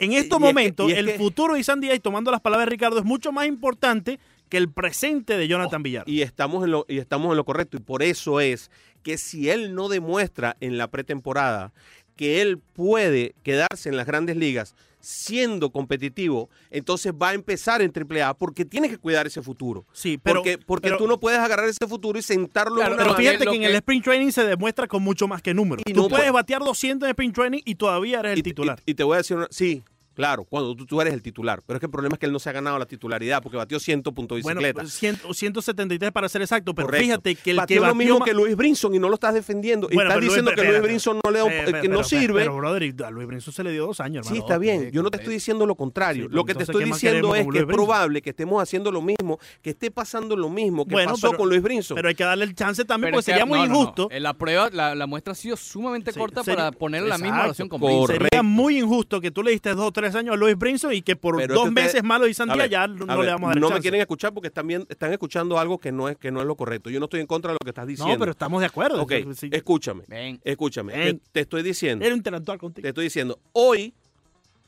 Speaker 2: En estos
Speaker 7: Y es que-
Speaker 2: momentos,
Speaker 7: y es
Speaker 2: el
Speaker 7: que-
Speaker 2: futuro de Isan Díaz, y tomando las palabras de Ricardo, es mucho más importante que el presente de Jonathan Villar.
Speaker 7: y estamos en lo y estamos en lo correcto y por eso es que si él no demuestra en la pretemporada que él puede quedarse en las grandes ligas siendo competitivo, entonces va a empezar en AAA porque tiene que cuidar ese futuro.
Speaker 2: Sí, pero-
Speaker 7: porque porque
Speaker 2: pero-
Speaker 7: tú no puedes agarrar ese futuro y sentarlo
Speaker 1: Claro,
Speaker 7: en una
Speaker 2: Pero
Speaker 1: Lo que-
Speaker 7: banca.
Speaker 2: fíjate
Speaker 1: lo
Speaker 2: que en
Speaker 1: que-
Speaker 2: el sprint training se demuestra con mucho más que números.
Speaker 7: Y
Speaker 2: tú
Speaker 7: no
Speaker 2: puedes
Speaker 7: puede-
Speaker 2: batear 200 en sprint training y todavía eres el
Speaker 7: y te-
Speaker 2: titular.
Speaker 7: Y, y te voy a decir, una- sí, claro, cuando tú, tú eres el titular. Pero es que el problema es que él no se ha ganado la titularidad porque batió 100 puntos
Speaker 2: bueno,
Speaker 7: bicicleta.
Speaker 2: pues, 100 o 173 para ser exacto, pero
Speaker 7: Correcto.
Speaker 2: fíjate que el
Speaker 7: Batió
Speaker 2: que
Speaker 7: lo mismo
Speaker 2: ma-
Speaker 7: que Luis Brinson y no lo estás defendiendo. Y
Speaker 2: Bueno,
Speaker 7: estás
Speaker 2: pero Luis-
Speaker 7: diciendo que
Speaker 2: espérate.
Speaker 7: Luis Brinson no le da un-
Speaker 2: Eh,
Speaker 7: que
Speaker 2: pero-
Speaker 7: no
Speaker 2: pero-
Speaker 7: sirve.
Speaker 2: Pero, brother, a Luis Brinson se le dio dos años, hermano.
Speaker 7: Sí, está bien. Yo no te estoy diciendo lo contrario.
Speaker 2: Sí, pero
Speaker 7: lo que te
Speaker 2: entonces,
Speaker 7: estoy
Speaker 2: ¿qué más
Speaker 7: diciendo
Speaker 2: queremos
Speaker 7: es
Speaker 2: con
Speaker 7: que es
Speaker 2: Luis Brinson?
Speaker 7: probable que estemos haciendo lo mismo, que esté pasando lo mismo que
Speaker 2: Bueno,
Speaker 7: pasó
Speaker 2: pero-
Speaker 7: con Luis Brinson.
Speaker 2: Pero hay que darle el chance también
Speaker 1: Pero
Speaker 2: porque
Speaker 1: es que-
Speaker 2: Pues sería muy
Speaker 1: no, no, no.
Speaker 2: injusto.
Speaker 1: Eh, La prueba, la, la muestra ha sido sumamente
Speaker 2: Sí,
Speaker 1: corta
Speaker 2: sería-
Speaker 1: para poner la misma
Speaker 2: Exacto.
Speaker 1: oración con
Speaker 7: Correcto.
Speaker 1: Prince.
Speaker 2: Sería muy injusto que tú le diste dos o tres años a Luis Brinson y que por
Speaker 7: Pero es
Speaker 2: dos
Speaker 7: que ustedes-
Speaker 2: meses malo y Santiago
Speaker 7: ver,
Speaker 2: ya no,
Speaker 7: a
Speaker 2: no le
Speaker 7: ver,
Speaker 2: vamos a dar el
Speaker 7: no me
Speaker 2: chance.
Speaker 7: quieren escuchar porque también están escuchando algo que no es que no es lo correcto. Yo no estoy en contra de lo que estás diciendo.
Speaker 2: no, pero estamos de acuerdo.
Speaker 7: Ok,
Speaker 2: Sí.
Speaker 7: escúchame.
Speaker 1: Ven.
Speaker 7: Escúchame.
Speaker 2: Ven.
Speaker 7: Te, te estoy diciendo.
Speaker 2: Era interactuar contigo.
Speaker 7: Te estoy diciendo. Hoy,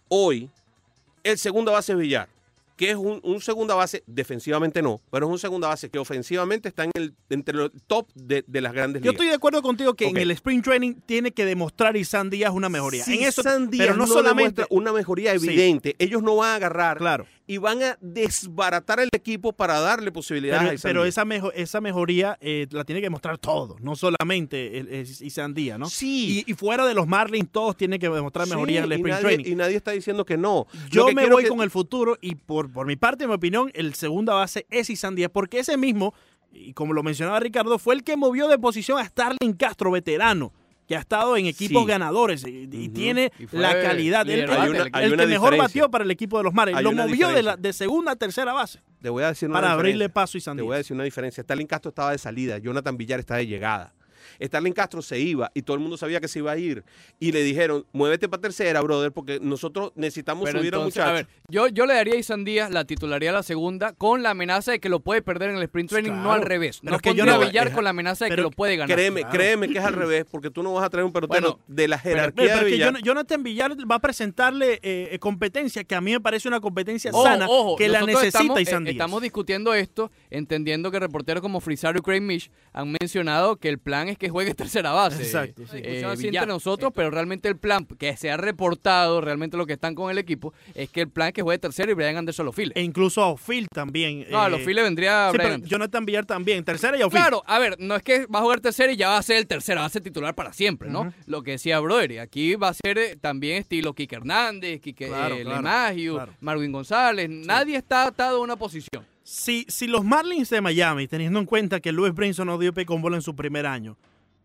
Speaker 7: hoy, el segunda base es Villar. Que es un, un segunda base, defensivamente no, pero es un segunda base que ofensivamente está en el, entre los top de, de las grandes
Speaker 2: Yo
Speaker 7: ligas.
Speaker 2: estoy de acuerdo contigo que
Speaker 7: Ok.
Speaker 2: en el sprint training tiene que demostrar Isan Díaz una mejoría.
Speaker 7: Si
Speaker 2: en eso,
Speaker 7: San Díaz
Speaker 2: pero no, solamente
Speaker 7: demuestra una mejoría
Speaker 2: Sí.
Speaker 7: evidente. Ellos no van a agarrar
Speaker 2: Claro.
Speaker 7: y van a desbaratar el equipo para darle posibilidades
Speaker 2: Pero,
Speaker 7: a San
Speaker 2: pero
Speaker 7: Díaz.
Speaker 2: esa, mejo- esa mejoría eh, la tiene que mostrar todo, no solamente el- el- Isan Díaz, ¿no?
Speaker 7: Sí.
Speaker 2: Y, y fuera de los Marlins, todos tienen que demostrar mejoría en el
Speaker 7: Sí,
Speaker 2: sprint
Speaker 7: y nadie,
Speaker 2: training.
Speaker 7: y nadie está diciendo que no. Lo
Speaker 2: Yo
Speaker 7: que
Speaker 2: me
Speaker 7: quiero
Speaker 2: voy
Speaker 7: que-
Speaker 2: con el futuro y por, por mi parte, en mi opinión, el segunda base es Isan Díaz, porque ese mismo, y como lo mencionaba Ricardo, fue el que movió de posición a Starling Castro, veterano, que ha estado en equipos
Speaker 7: Sí.
Speaker 2: ganadores y, y tiene
Speaker 1: Y fue
Speaker 2: la calidad. Él-
Speaker 1: liderazgo
Speaker 2: él-
Speaker 1: del
Speaker 7: Hay una-
Speaker 2: el que mejor
Speaker 7: diferencia.
Speaker 2: batió para el equipo de los Mares.
Speaker 7: Hay
Speaker 2: Lo
Speaker 7: una
Speaker 2: movió de, la,
Speaker 7: diferencia.
Speaker 2: de segunda a tercera base
Speaker 7: Te voy a decir una
Speaker 2: para abrirle
Speaker 7: diferencia.
Speaker 2: paso a Isan
Speaker 7: Te voy a
Speaker 2: Díaz.
Speaker 7: decir una diferencia. Stalin Castro estaba de salida, Jonathan Villar está de llegada. Stalin Castro se iba y todo el mundo sabía que se iba a ir. Y le dijeron, muévete para tercera, brother, porque nosotros necesitamos
Speaker 1: Pero
Speaker 7: subir
Speaker 1: entonces,
Speaker 7: a
Speaker 1: a
Speaker 7: muchachos.
Speaker 1: ver, yo, yo le daría a Isan Díaz la titularía a la segunda con la amenaza de que lo puede perder en el sprint training, no
Speaker 2: Claro.
Speaker 1: al revés.
Speaker 2: Pero
Speaker 1: no
Speaker 2: es que yo
Speaker 1: pondría
Speaker 2: no-
Speaker 1: a Villar
Speaker 2: es-
Speaker 1: con la amenaza de que
Speaker 2: pero
Speaker 1: lo puede ganar.
Speaker 7: créeme,
Speaker 2: claro.
Speaker 7: créeme que es al revés, porque tú no vas a traer un pelotero
Speaker 1: Bueno,
Speaker 7: de la
Speaker 2: Pero-
Speaker 7: jerarquía
Speaker 2: pero es
Speaker 7: de
Speaker 2: que
Speaker 7: Villar.
Speaker 2: Jon- Jonathan Villar va a presentarle eh, competencia que a mí me parece una competencia
Speaker 1: Ojo,
Speaker 2: sana
Speaker 1: ojo,
Speaker 2: que la
Speaker 1: nosotros
Speaker 2: necesita
Speaker 1: estamos, eh,
Speaker 2: Isan Díaz.
Speaker 1: Estamos discutiendo esto, entendiendo que reporteros como Frisario y Craig Mish han mencionado que el plan es es que juegue tercera base.
Speaker 2: Exacto, sí.
Speaker 1: Eh,
Speaker 8: Discusión así
Speaker 1: Villar.
Speaker 8: entre
Speaker 1: nosotros, pero realmente el plan que se ha reportado, realmente lo que están con el equipo, es que el plan es que juegue tercero y Brian Anderson lo file.
Speaker 2: E incluso a Ophil también.
Speaker 1: no, a
Speaker 2: eh,
Speaker 1: los file vendría Brian
Speaker 2: Sí, pero
Speaker 1: Anderson.
Speaker 2: Jonathan Villar también. Tercera y Ophil.
Speaker 1: Claro, a ver, no es que va a jugar tercero y ya va a ser el tercero, va a ser titular para siempre, ¿no? Lo que decía Brodery, aquí va a ser eh, también estilo Quique Hernández, Quique
Speaker 2: Claro,
Speaker 1: eh,
Speaker 2: claro,
Speaker 1: Lemagio,
Speaker 2: claro.
Speaker 1: Marwin González, nadie está atado a una posición.
Speaker 2: Si, si los Marlins de Miami, teniendo en cuenta que Luis Brinson no dio pie con bola en su primer año,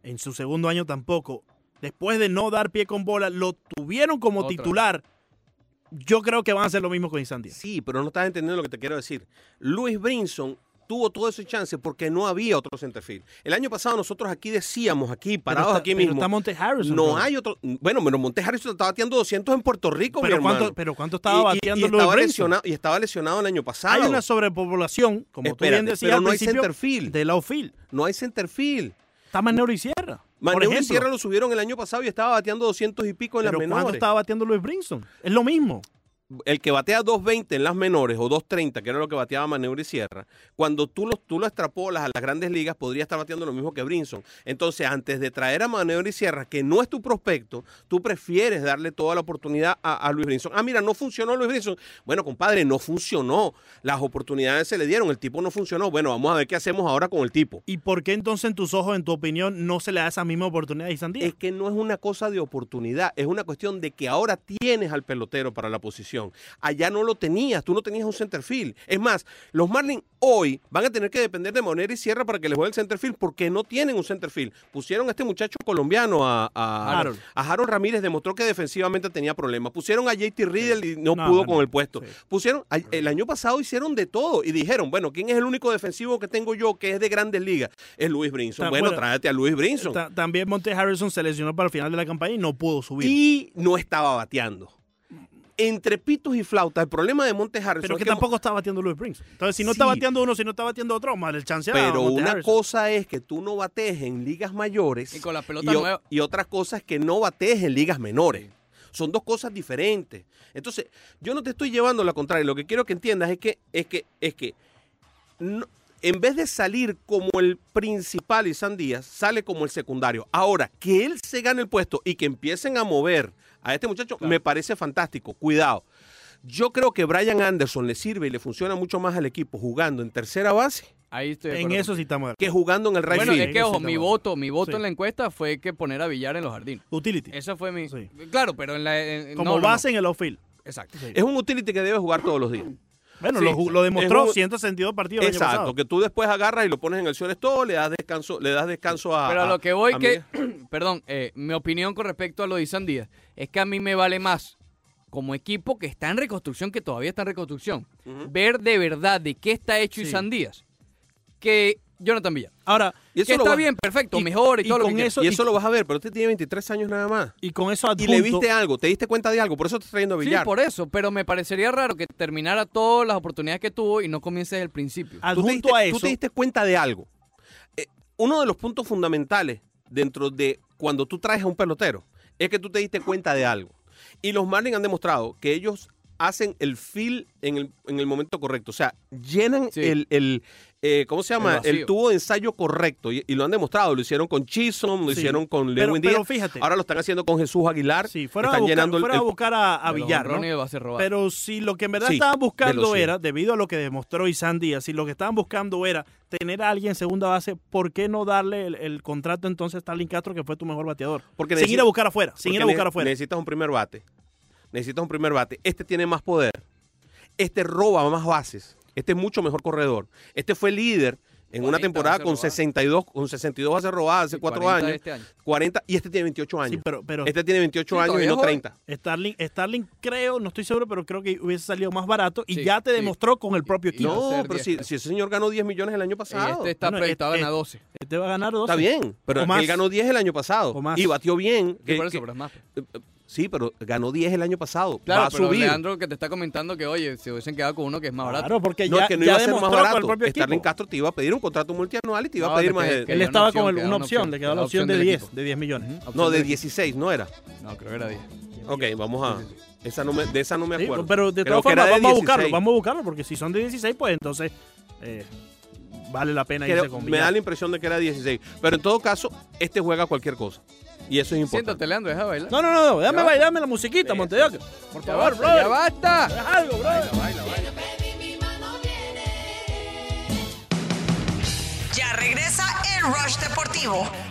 Speaker 2: en su segundo año tampoco, después de no dar pie con bola, lo tuvieron como
Speaker 1: Otra vez.
Speaker 2: titular, yo creo que van a hacer lo mismo con Insandia.
Speaker 7: Sí, pero no estás entendiendo lo que te quiero decir. Luis Brinson tuvo todo ese chance porque no había otro centerfield. El año pasado nosotros aquí decíamos, aquí parados
Speaker 2: está-
Speaker 7: aquí
Speaker 2: pero
Speaker 7: mismo,
Speaker 2: está Monte Harrison,
Speaker 7: no
Speaker 2: bro.
Speaker 7: hay otro. Bueno, pero Montes Harrison estaba bateando 200 en Puerto Rico,
Speaker 2: Pero
Speaker 7: mi
Speaker 2: ¿cuánto,
Speaker 7: hermano.
Speaker 2: pero ¿cuánto estaba
Speaker 7: Y- y- y
Speaker 2: bateando Luis
Speaker 7: estaba
Speaker 2: Brinson?
Speaker 7: lesionado, y estaba lesionado el año pasado.
Speaker 2: Hay una sobrepoblación, como tú bien
Speaker 7: Espérate,
Speaker 2: decías
Speaker 7: pero
Speaker 2: al
Speaker 7: no hay
Speaker 2: principio,
Speaker 7: centerfield.
Speaker 2: de la Ophil.
Speaker 7: No hay centerfield.
Speaker 2: Está Manero y Sierra, por
Speaker 7: Manuel
Speaker 2: ejemplo.
Speaker 7: Sierra lo subieron el año pasado y estaba bateando 200 y pico en
Speaker 2: pero
Speaker 7: las
Speaker 2: ¿cuánto
Speaker 7: menores.
Speaker 2: estaba bateando Luis Brinson? Es lo mismo.
Speaker 7: el que batea 2.20 en las menores o 2.30, que era lo que bateaba Maneuro y Sierra, cuando tú lo, tú lo extrapolas a las grandes ligas, podría estar bateando lo mismo que Brinson. Entonces, antes de traer a Maneuro y Sierra, que no es tu prospecto, tú prefieres darle toda la oportunidad a, a Luis Brinson. Ah, mira, no funcionó Luis Brinson. Bueno, compadre, no funcionó. Las oportunidades se le dieron, el tipo no funcionó. Bueno, vamos a ver qué hacemos ahora con el tipo.
Speaker 2: ¿Y por qué entonces, en tus ojos, en tu opinión, no se le da esa misma oportunidad a Insandia?
Speaker 7: Es que no es una cosa de oportunidad, es una cuestión de que ahora tienes al pelotero para la posición. Allá no lo tenías, tú no tenías un centerfield. Es más, los Marlins hoy van a tener que depender de Monera y Sierra para que les juegue el centerfield porque no tienen un centerfield. Pusieron a este muchacho colombiano, a, a,
Speaker 2: Harold.
Speaker 7: a Harold Ramírez, demostró que defensivamente tenía problemas. Pusieron a JT Riddle y no,
Speaker 2: No,
Speaker 7: pudo
Speaker 2: no,
Speaker 7: con
Speaker 2: no.
Speaker 7: el puesto.
Speaker 2: Sí.
Speaker 7: Pusieron, a- el año pasado hicieron de todo y dijeron, bueno, ¿quién es el único defensivo que tengo yo que es de grandes ligas? Es Luis Brinson.
Speaker 2: Ta-
Speaker 7: Bueno,
Speaker 2: bueno,
Speaker 7: tráete a Luis Brinson.
Speaker 2: Ta- también Monte Harrison se lesionó para el final de la campaña y no pudo subir.
Speaker 7: y no estaba bateando. Entre pitos y flautas, el problema de Montes Harrison.
Speaker 2: pero
Speaker 7: es
Speaker 2: que
Speaker 7: que-
Speaker 2: tampoco está bateando Luis Brings. Entonces, si no está
Speaker 7: Sí.
Speaker 2: bateando uno, si no está bateando otro, mal el chance. a
Speaker 7: Pero
Speaker 2: Monte
Speaker 7: una
Speaker 2: Harrison.
Speaker 7: cosa es que tú no batees en ligas mayores.
Speaker 1: Y con la pelota
Speaker 7: y o-
Speaker 1: nueva.
Speaker 7: y otra cosa es que no batees en ligas menores. Son dos cosas diferentes. Entonces, yo no te estoy llevando la contraria. Lo que quiero que entiendas es que, es que, es que no- en vez de salir como el principal Isan Díaz, sale como el secundario. Ahora, que él se gane el puesto y que empiecen a mover a este muchacho, me parece fantástico. Cuidado. Yo creo que Brian Anderson le sirve y le funciona mucho más al equipo jugando en tercera base
Speaker 1: Ahí estoy de
Speaker 2: En
Speaker 1: acuerdo.
Speaker 2: eso sí estamos de acuerdo.
Speaker 7: que jugando en el right
Speaker 1: Bueno,
Speaker 7: field.
Speaker 1: es que
Speaker 2: eso
Speaker 1: ojo,
Speaker 2: sí
Speaker 1: mi
Speaker 2: estamos-
Speaker 1: voto, mi voto
Speaker 2: sí.
Speaker 1: en la encuesta fue que poner a Villar en los jardines.
Speaker 2: Utility.
Speaker 1: Esa fue mi.
Speaker 2: Sí.
Speaker 1: Claro, pero en la. en-
Speaker 2: como
Speaker 1: no, no, no.
Speaker 2: base en el outfield.
Speaker 1: Exacto.
Speaker 7: Es un utility que debe jugar todos los días.
Speaker 2: Bueno,
Speaker 7: Sí,
Speaker 2: lo, ju- lo demostró
Speaker 7: es un-
Speaker 2: 162 partidos el año
Speaker 7: Exacto,
Speaker 2: pasado.
Speaker 7: que tú después agarras y lo pones en el suelo todo, le das descanso, le das descanso a.
Speaker 1: Pero a lo que voy
Speaker 7: a
Speaker 1: que,
Speaker 7: Miguel.
Speaker 1: perdón, eh, mi opinión con respecto a lo de Sandías es que a mí me vale más como equipo que está en reconstrucción, que todavía está en reconstrucción, ver de verdad de qué está hecho
Speaker 2: Sí.
Speaker 1: Isandías que Jonathan Villar.
Speaker 2: Ahora,
Speaker 7: Y eso
Speaker 1: que
Speaker 7: lo
Speaker 1: está
Speaker 7: va-
Speaker 1: bien, perfecto,
Speaker 2: y-
Speaker 1: mejor y,
Speaker 2: y
Speaker 1: todo lo
Speaker 2: con
Speaker 1: que quieras.
Speaker 2: eso-
Speaker 7: Y eso lo vas a ver, pero usted tiene 23 años nada más.
Speaker 2: y con eso
Speaker 7: Y
Speaker 2: adjunto,
Speaker 7: le viste algo, te diste cuenta de algo, por eso te estás trayendo a
Speaker 1: Sí,
Speaker 7: Villar.
Speaker 1: por eso, pero me parecería raro que terminara todas las oportunidades que tuvo y no comience desde el principio.
Speaker 7: tú, te
Speaker 2: adjunto
Speaker 7: diste,
Speaker 2: a
Speaker 7: tú
Speaker 2: eso,
Speaker 7: te diste cuenta de algo. Eh, uno de los puntos fundamentales dentro de cuando tú traes a un pelotero es que tú te diste cuenta de algo. Y los Marlins han demostrado que ellos hacen el feel en el, en el momento correcto. O sea, llenan
Speaker 1: Sí.
Speaker 7: el, el, eh, ¿cómo se
Speaker 1: El
Speaker 7: llama?
Speaker 1: vacío.
Speaker 7: El, tubo de ensayo correcto. Y, y lo han demostrado. Lo hicieron con Chisholm, lo
Speaker 2: Sí.
Speaker 7: hicieron con
Speaker 2: Pero-
Speaker 7: Lewin
Speaker 2: pero
Speaker 7: Díaz.
Speaker 2: fíjate.
Speaker 7: Ahora lo están haciendo con Jesús Aguilar.
Speaker 2: si fuera a
Speaker 7: están
Speaker 2: buscar,
Speaker 7: llenando el-
Speaker 2: fuera a,
Speaker 7: el-
Speaker 2: buscar a, a
Speaker 1: De los
Speaker 2: Villar, ¿no?
Speaker 1: honrones va a ser robado.
Speaker 2: Pero si lo que en verdad
Speaker 7: Sí,
Speaker 2: estaban buscando
Speaker 7: velocidad.
Speaker 2: era, debido a lo que demostró Isan Díaz, si lo que estaban buscando era tener a alguien en segunda base, ¿por qué no darle el, el contrato entonces a Stalin Castro, que fue tu mejor bateador?
Speaker 7: Porque
Speaker 2: sin
Speaker 7: necesi-
Speaker 2: ir a buscar afuera, sin
Speaker 7: Porque
Speaker 2: ir a buscar
Speaker 7: ne-
Speaker 2: afuera.
Speaker 7: Necesitas un primer bate. Necesitas un primer bate. Este tiene más poder. Este roba más bases. Este es mucho mejor corredor. Este fue líder en
Speaker 1: 40
Speaker 7: una temporada
Speaker 1: bases
Speaker 7: con
Speaker 1: robadas.
Speaker 7: 62, con 62 bases robadas hace
Speaker 1: Sí,
Speaker 7: cuatro
Speaker 1: 40
Speaker 7: años.
Speaker 1: este año.
Speaker 7: 40 y este tiene 28 años.
Speaker 2: Sí, pero, pero
Speaker 7: este tiene 28
Speaker 1: Sí,
Speaker 7: años y
Speaker 1: todavía
Speaker 7: no
Speaker 1: es joven.
Speaker 7: 30.
Speaker 2: Starling, Starling creo, no estoy seguro, pero creo que hubiese salido más barato y
Speaker 1: Sí,
Speaker 2: ya te
Speaker 1: sí.
Speaker 2: demostró con el propio equipo.
Speaker 1: va a
Speaker 7: No,
Speaker 1: ser
Speaker 7: pero
Speaker 1: 10.
Speaker 7: si, si ese señor ganó 10 millones el año
Speaker 1: Y
Speaker 7: pasado.
Speaker 1: este está
Speaker 2: No, no,
Speaker 1: proyectado
Speaker 2: este-
Speaker 1: a 12.
Speaker 2: Este va a ganar dos.
Speaker 7: Está bien, pero
Speaker 2: O más.
Speaker 7: él ganó 10 el año pasado
Speaker 2: O más.
Speaker 7: y batió bien.
Speaker 1: Sí,
Speaker 7: que-
Speaker 1: por eso,
Speaker 7: que-
Speaker 1: pero es más.
Speaker 7: eh, eh, sí, pero ganó 10 el año pasado.
Speaker 1: Claro,
Speaker 7: Va a
Speaker 1: pero
Speaker 7: subir.
Speaker 1: Leandro que te está comentando que, oye, se hubiesen quedado con uno que es más barato.
Speaker 2: Claro, porque
Speaker 7: no
Speaker 2: ya,
Speaker 7: es que no
Speaker 2: ya
Speaker 7: iba a ser más
Speaker 2: demostró con el
Speaker 7: barato.
Speaker 2: propio equipo.
Speaker 7: Starling Castro te iba a pedir un contrato multianual y te iba
Speaker 1: No,
Speaker 7: a
Speaker 1: te
Speaker 7: pedir más.
Speaker 1: quedé-
Speaker 7: de-
Speaker 1: que
Speaker 2: Él
Speaker 1: le
Speaker 2: estaba
Speaker 1: opción,
Speaker 2: con el-
Speaker 1: que da
Speaker 2: una opción, le quedó la opción de
Speaker 1: del
Speaker 2: 10,
Speaker 1: equipo.
Speaker 2: de 10 millones.
Speaker 7: No,
Speaker 1: Opción
Speaker 7: de
Speaker 1: del equipo.
Speaker 7: 16, ¿no era?
Speaker 1: No, creo que era 10.
Speaker 7: Ok, vamos a... Esa no me, de esa no me
Speaker 2: Sí,
Speaker 7: acuerdo.
Speaker 2: pero de
Speaker 7: Creo
Speaker 2: todas
Speaker 7: que era
Speaker 2: formas,
Speaker 7: de
Speaker 2: vamos a buscarlo,
Speaker 7: 16.
Speaker 2: vamos a buscarlo, porque si son de 16, pues entonces eh, vale la pena irse
Speaker 7: Creo-
Speaker 2: con
Speaker 7: me da
Speaker 2: Villar.
Speaker 7: la impresión de que era 16. Pero en todo caso, este juega cualquier cosa. Y eso es importante.
Speaker 1: Siéntate, Leandro, deja bailar.
Speaker 2: No, no, no, no, déjame
Speaker 1: Ya va.
Speaker 2: bailarme la musiquita, Montevideo. Por
Speaker 1: ya
Speaker 2: favor,
Speaker 1: basta,
Speaker 2: brother.
Speaker 1: ya basta.
Speaker 2: Haz algo, brother.
Speaker 8: Ya regresa el Rush Deportivo.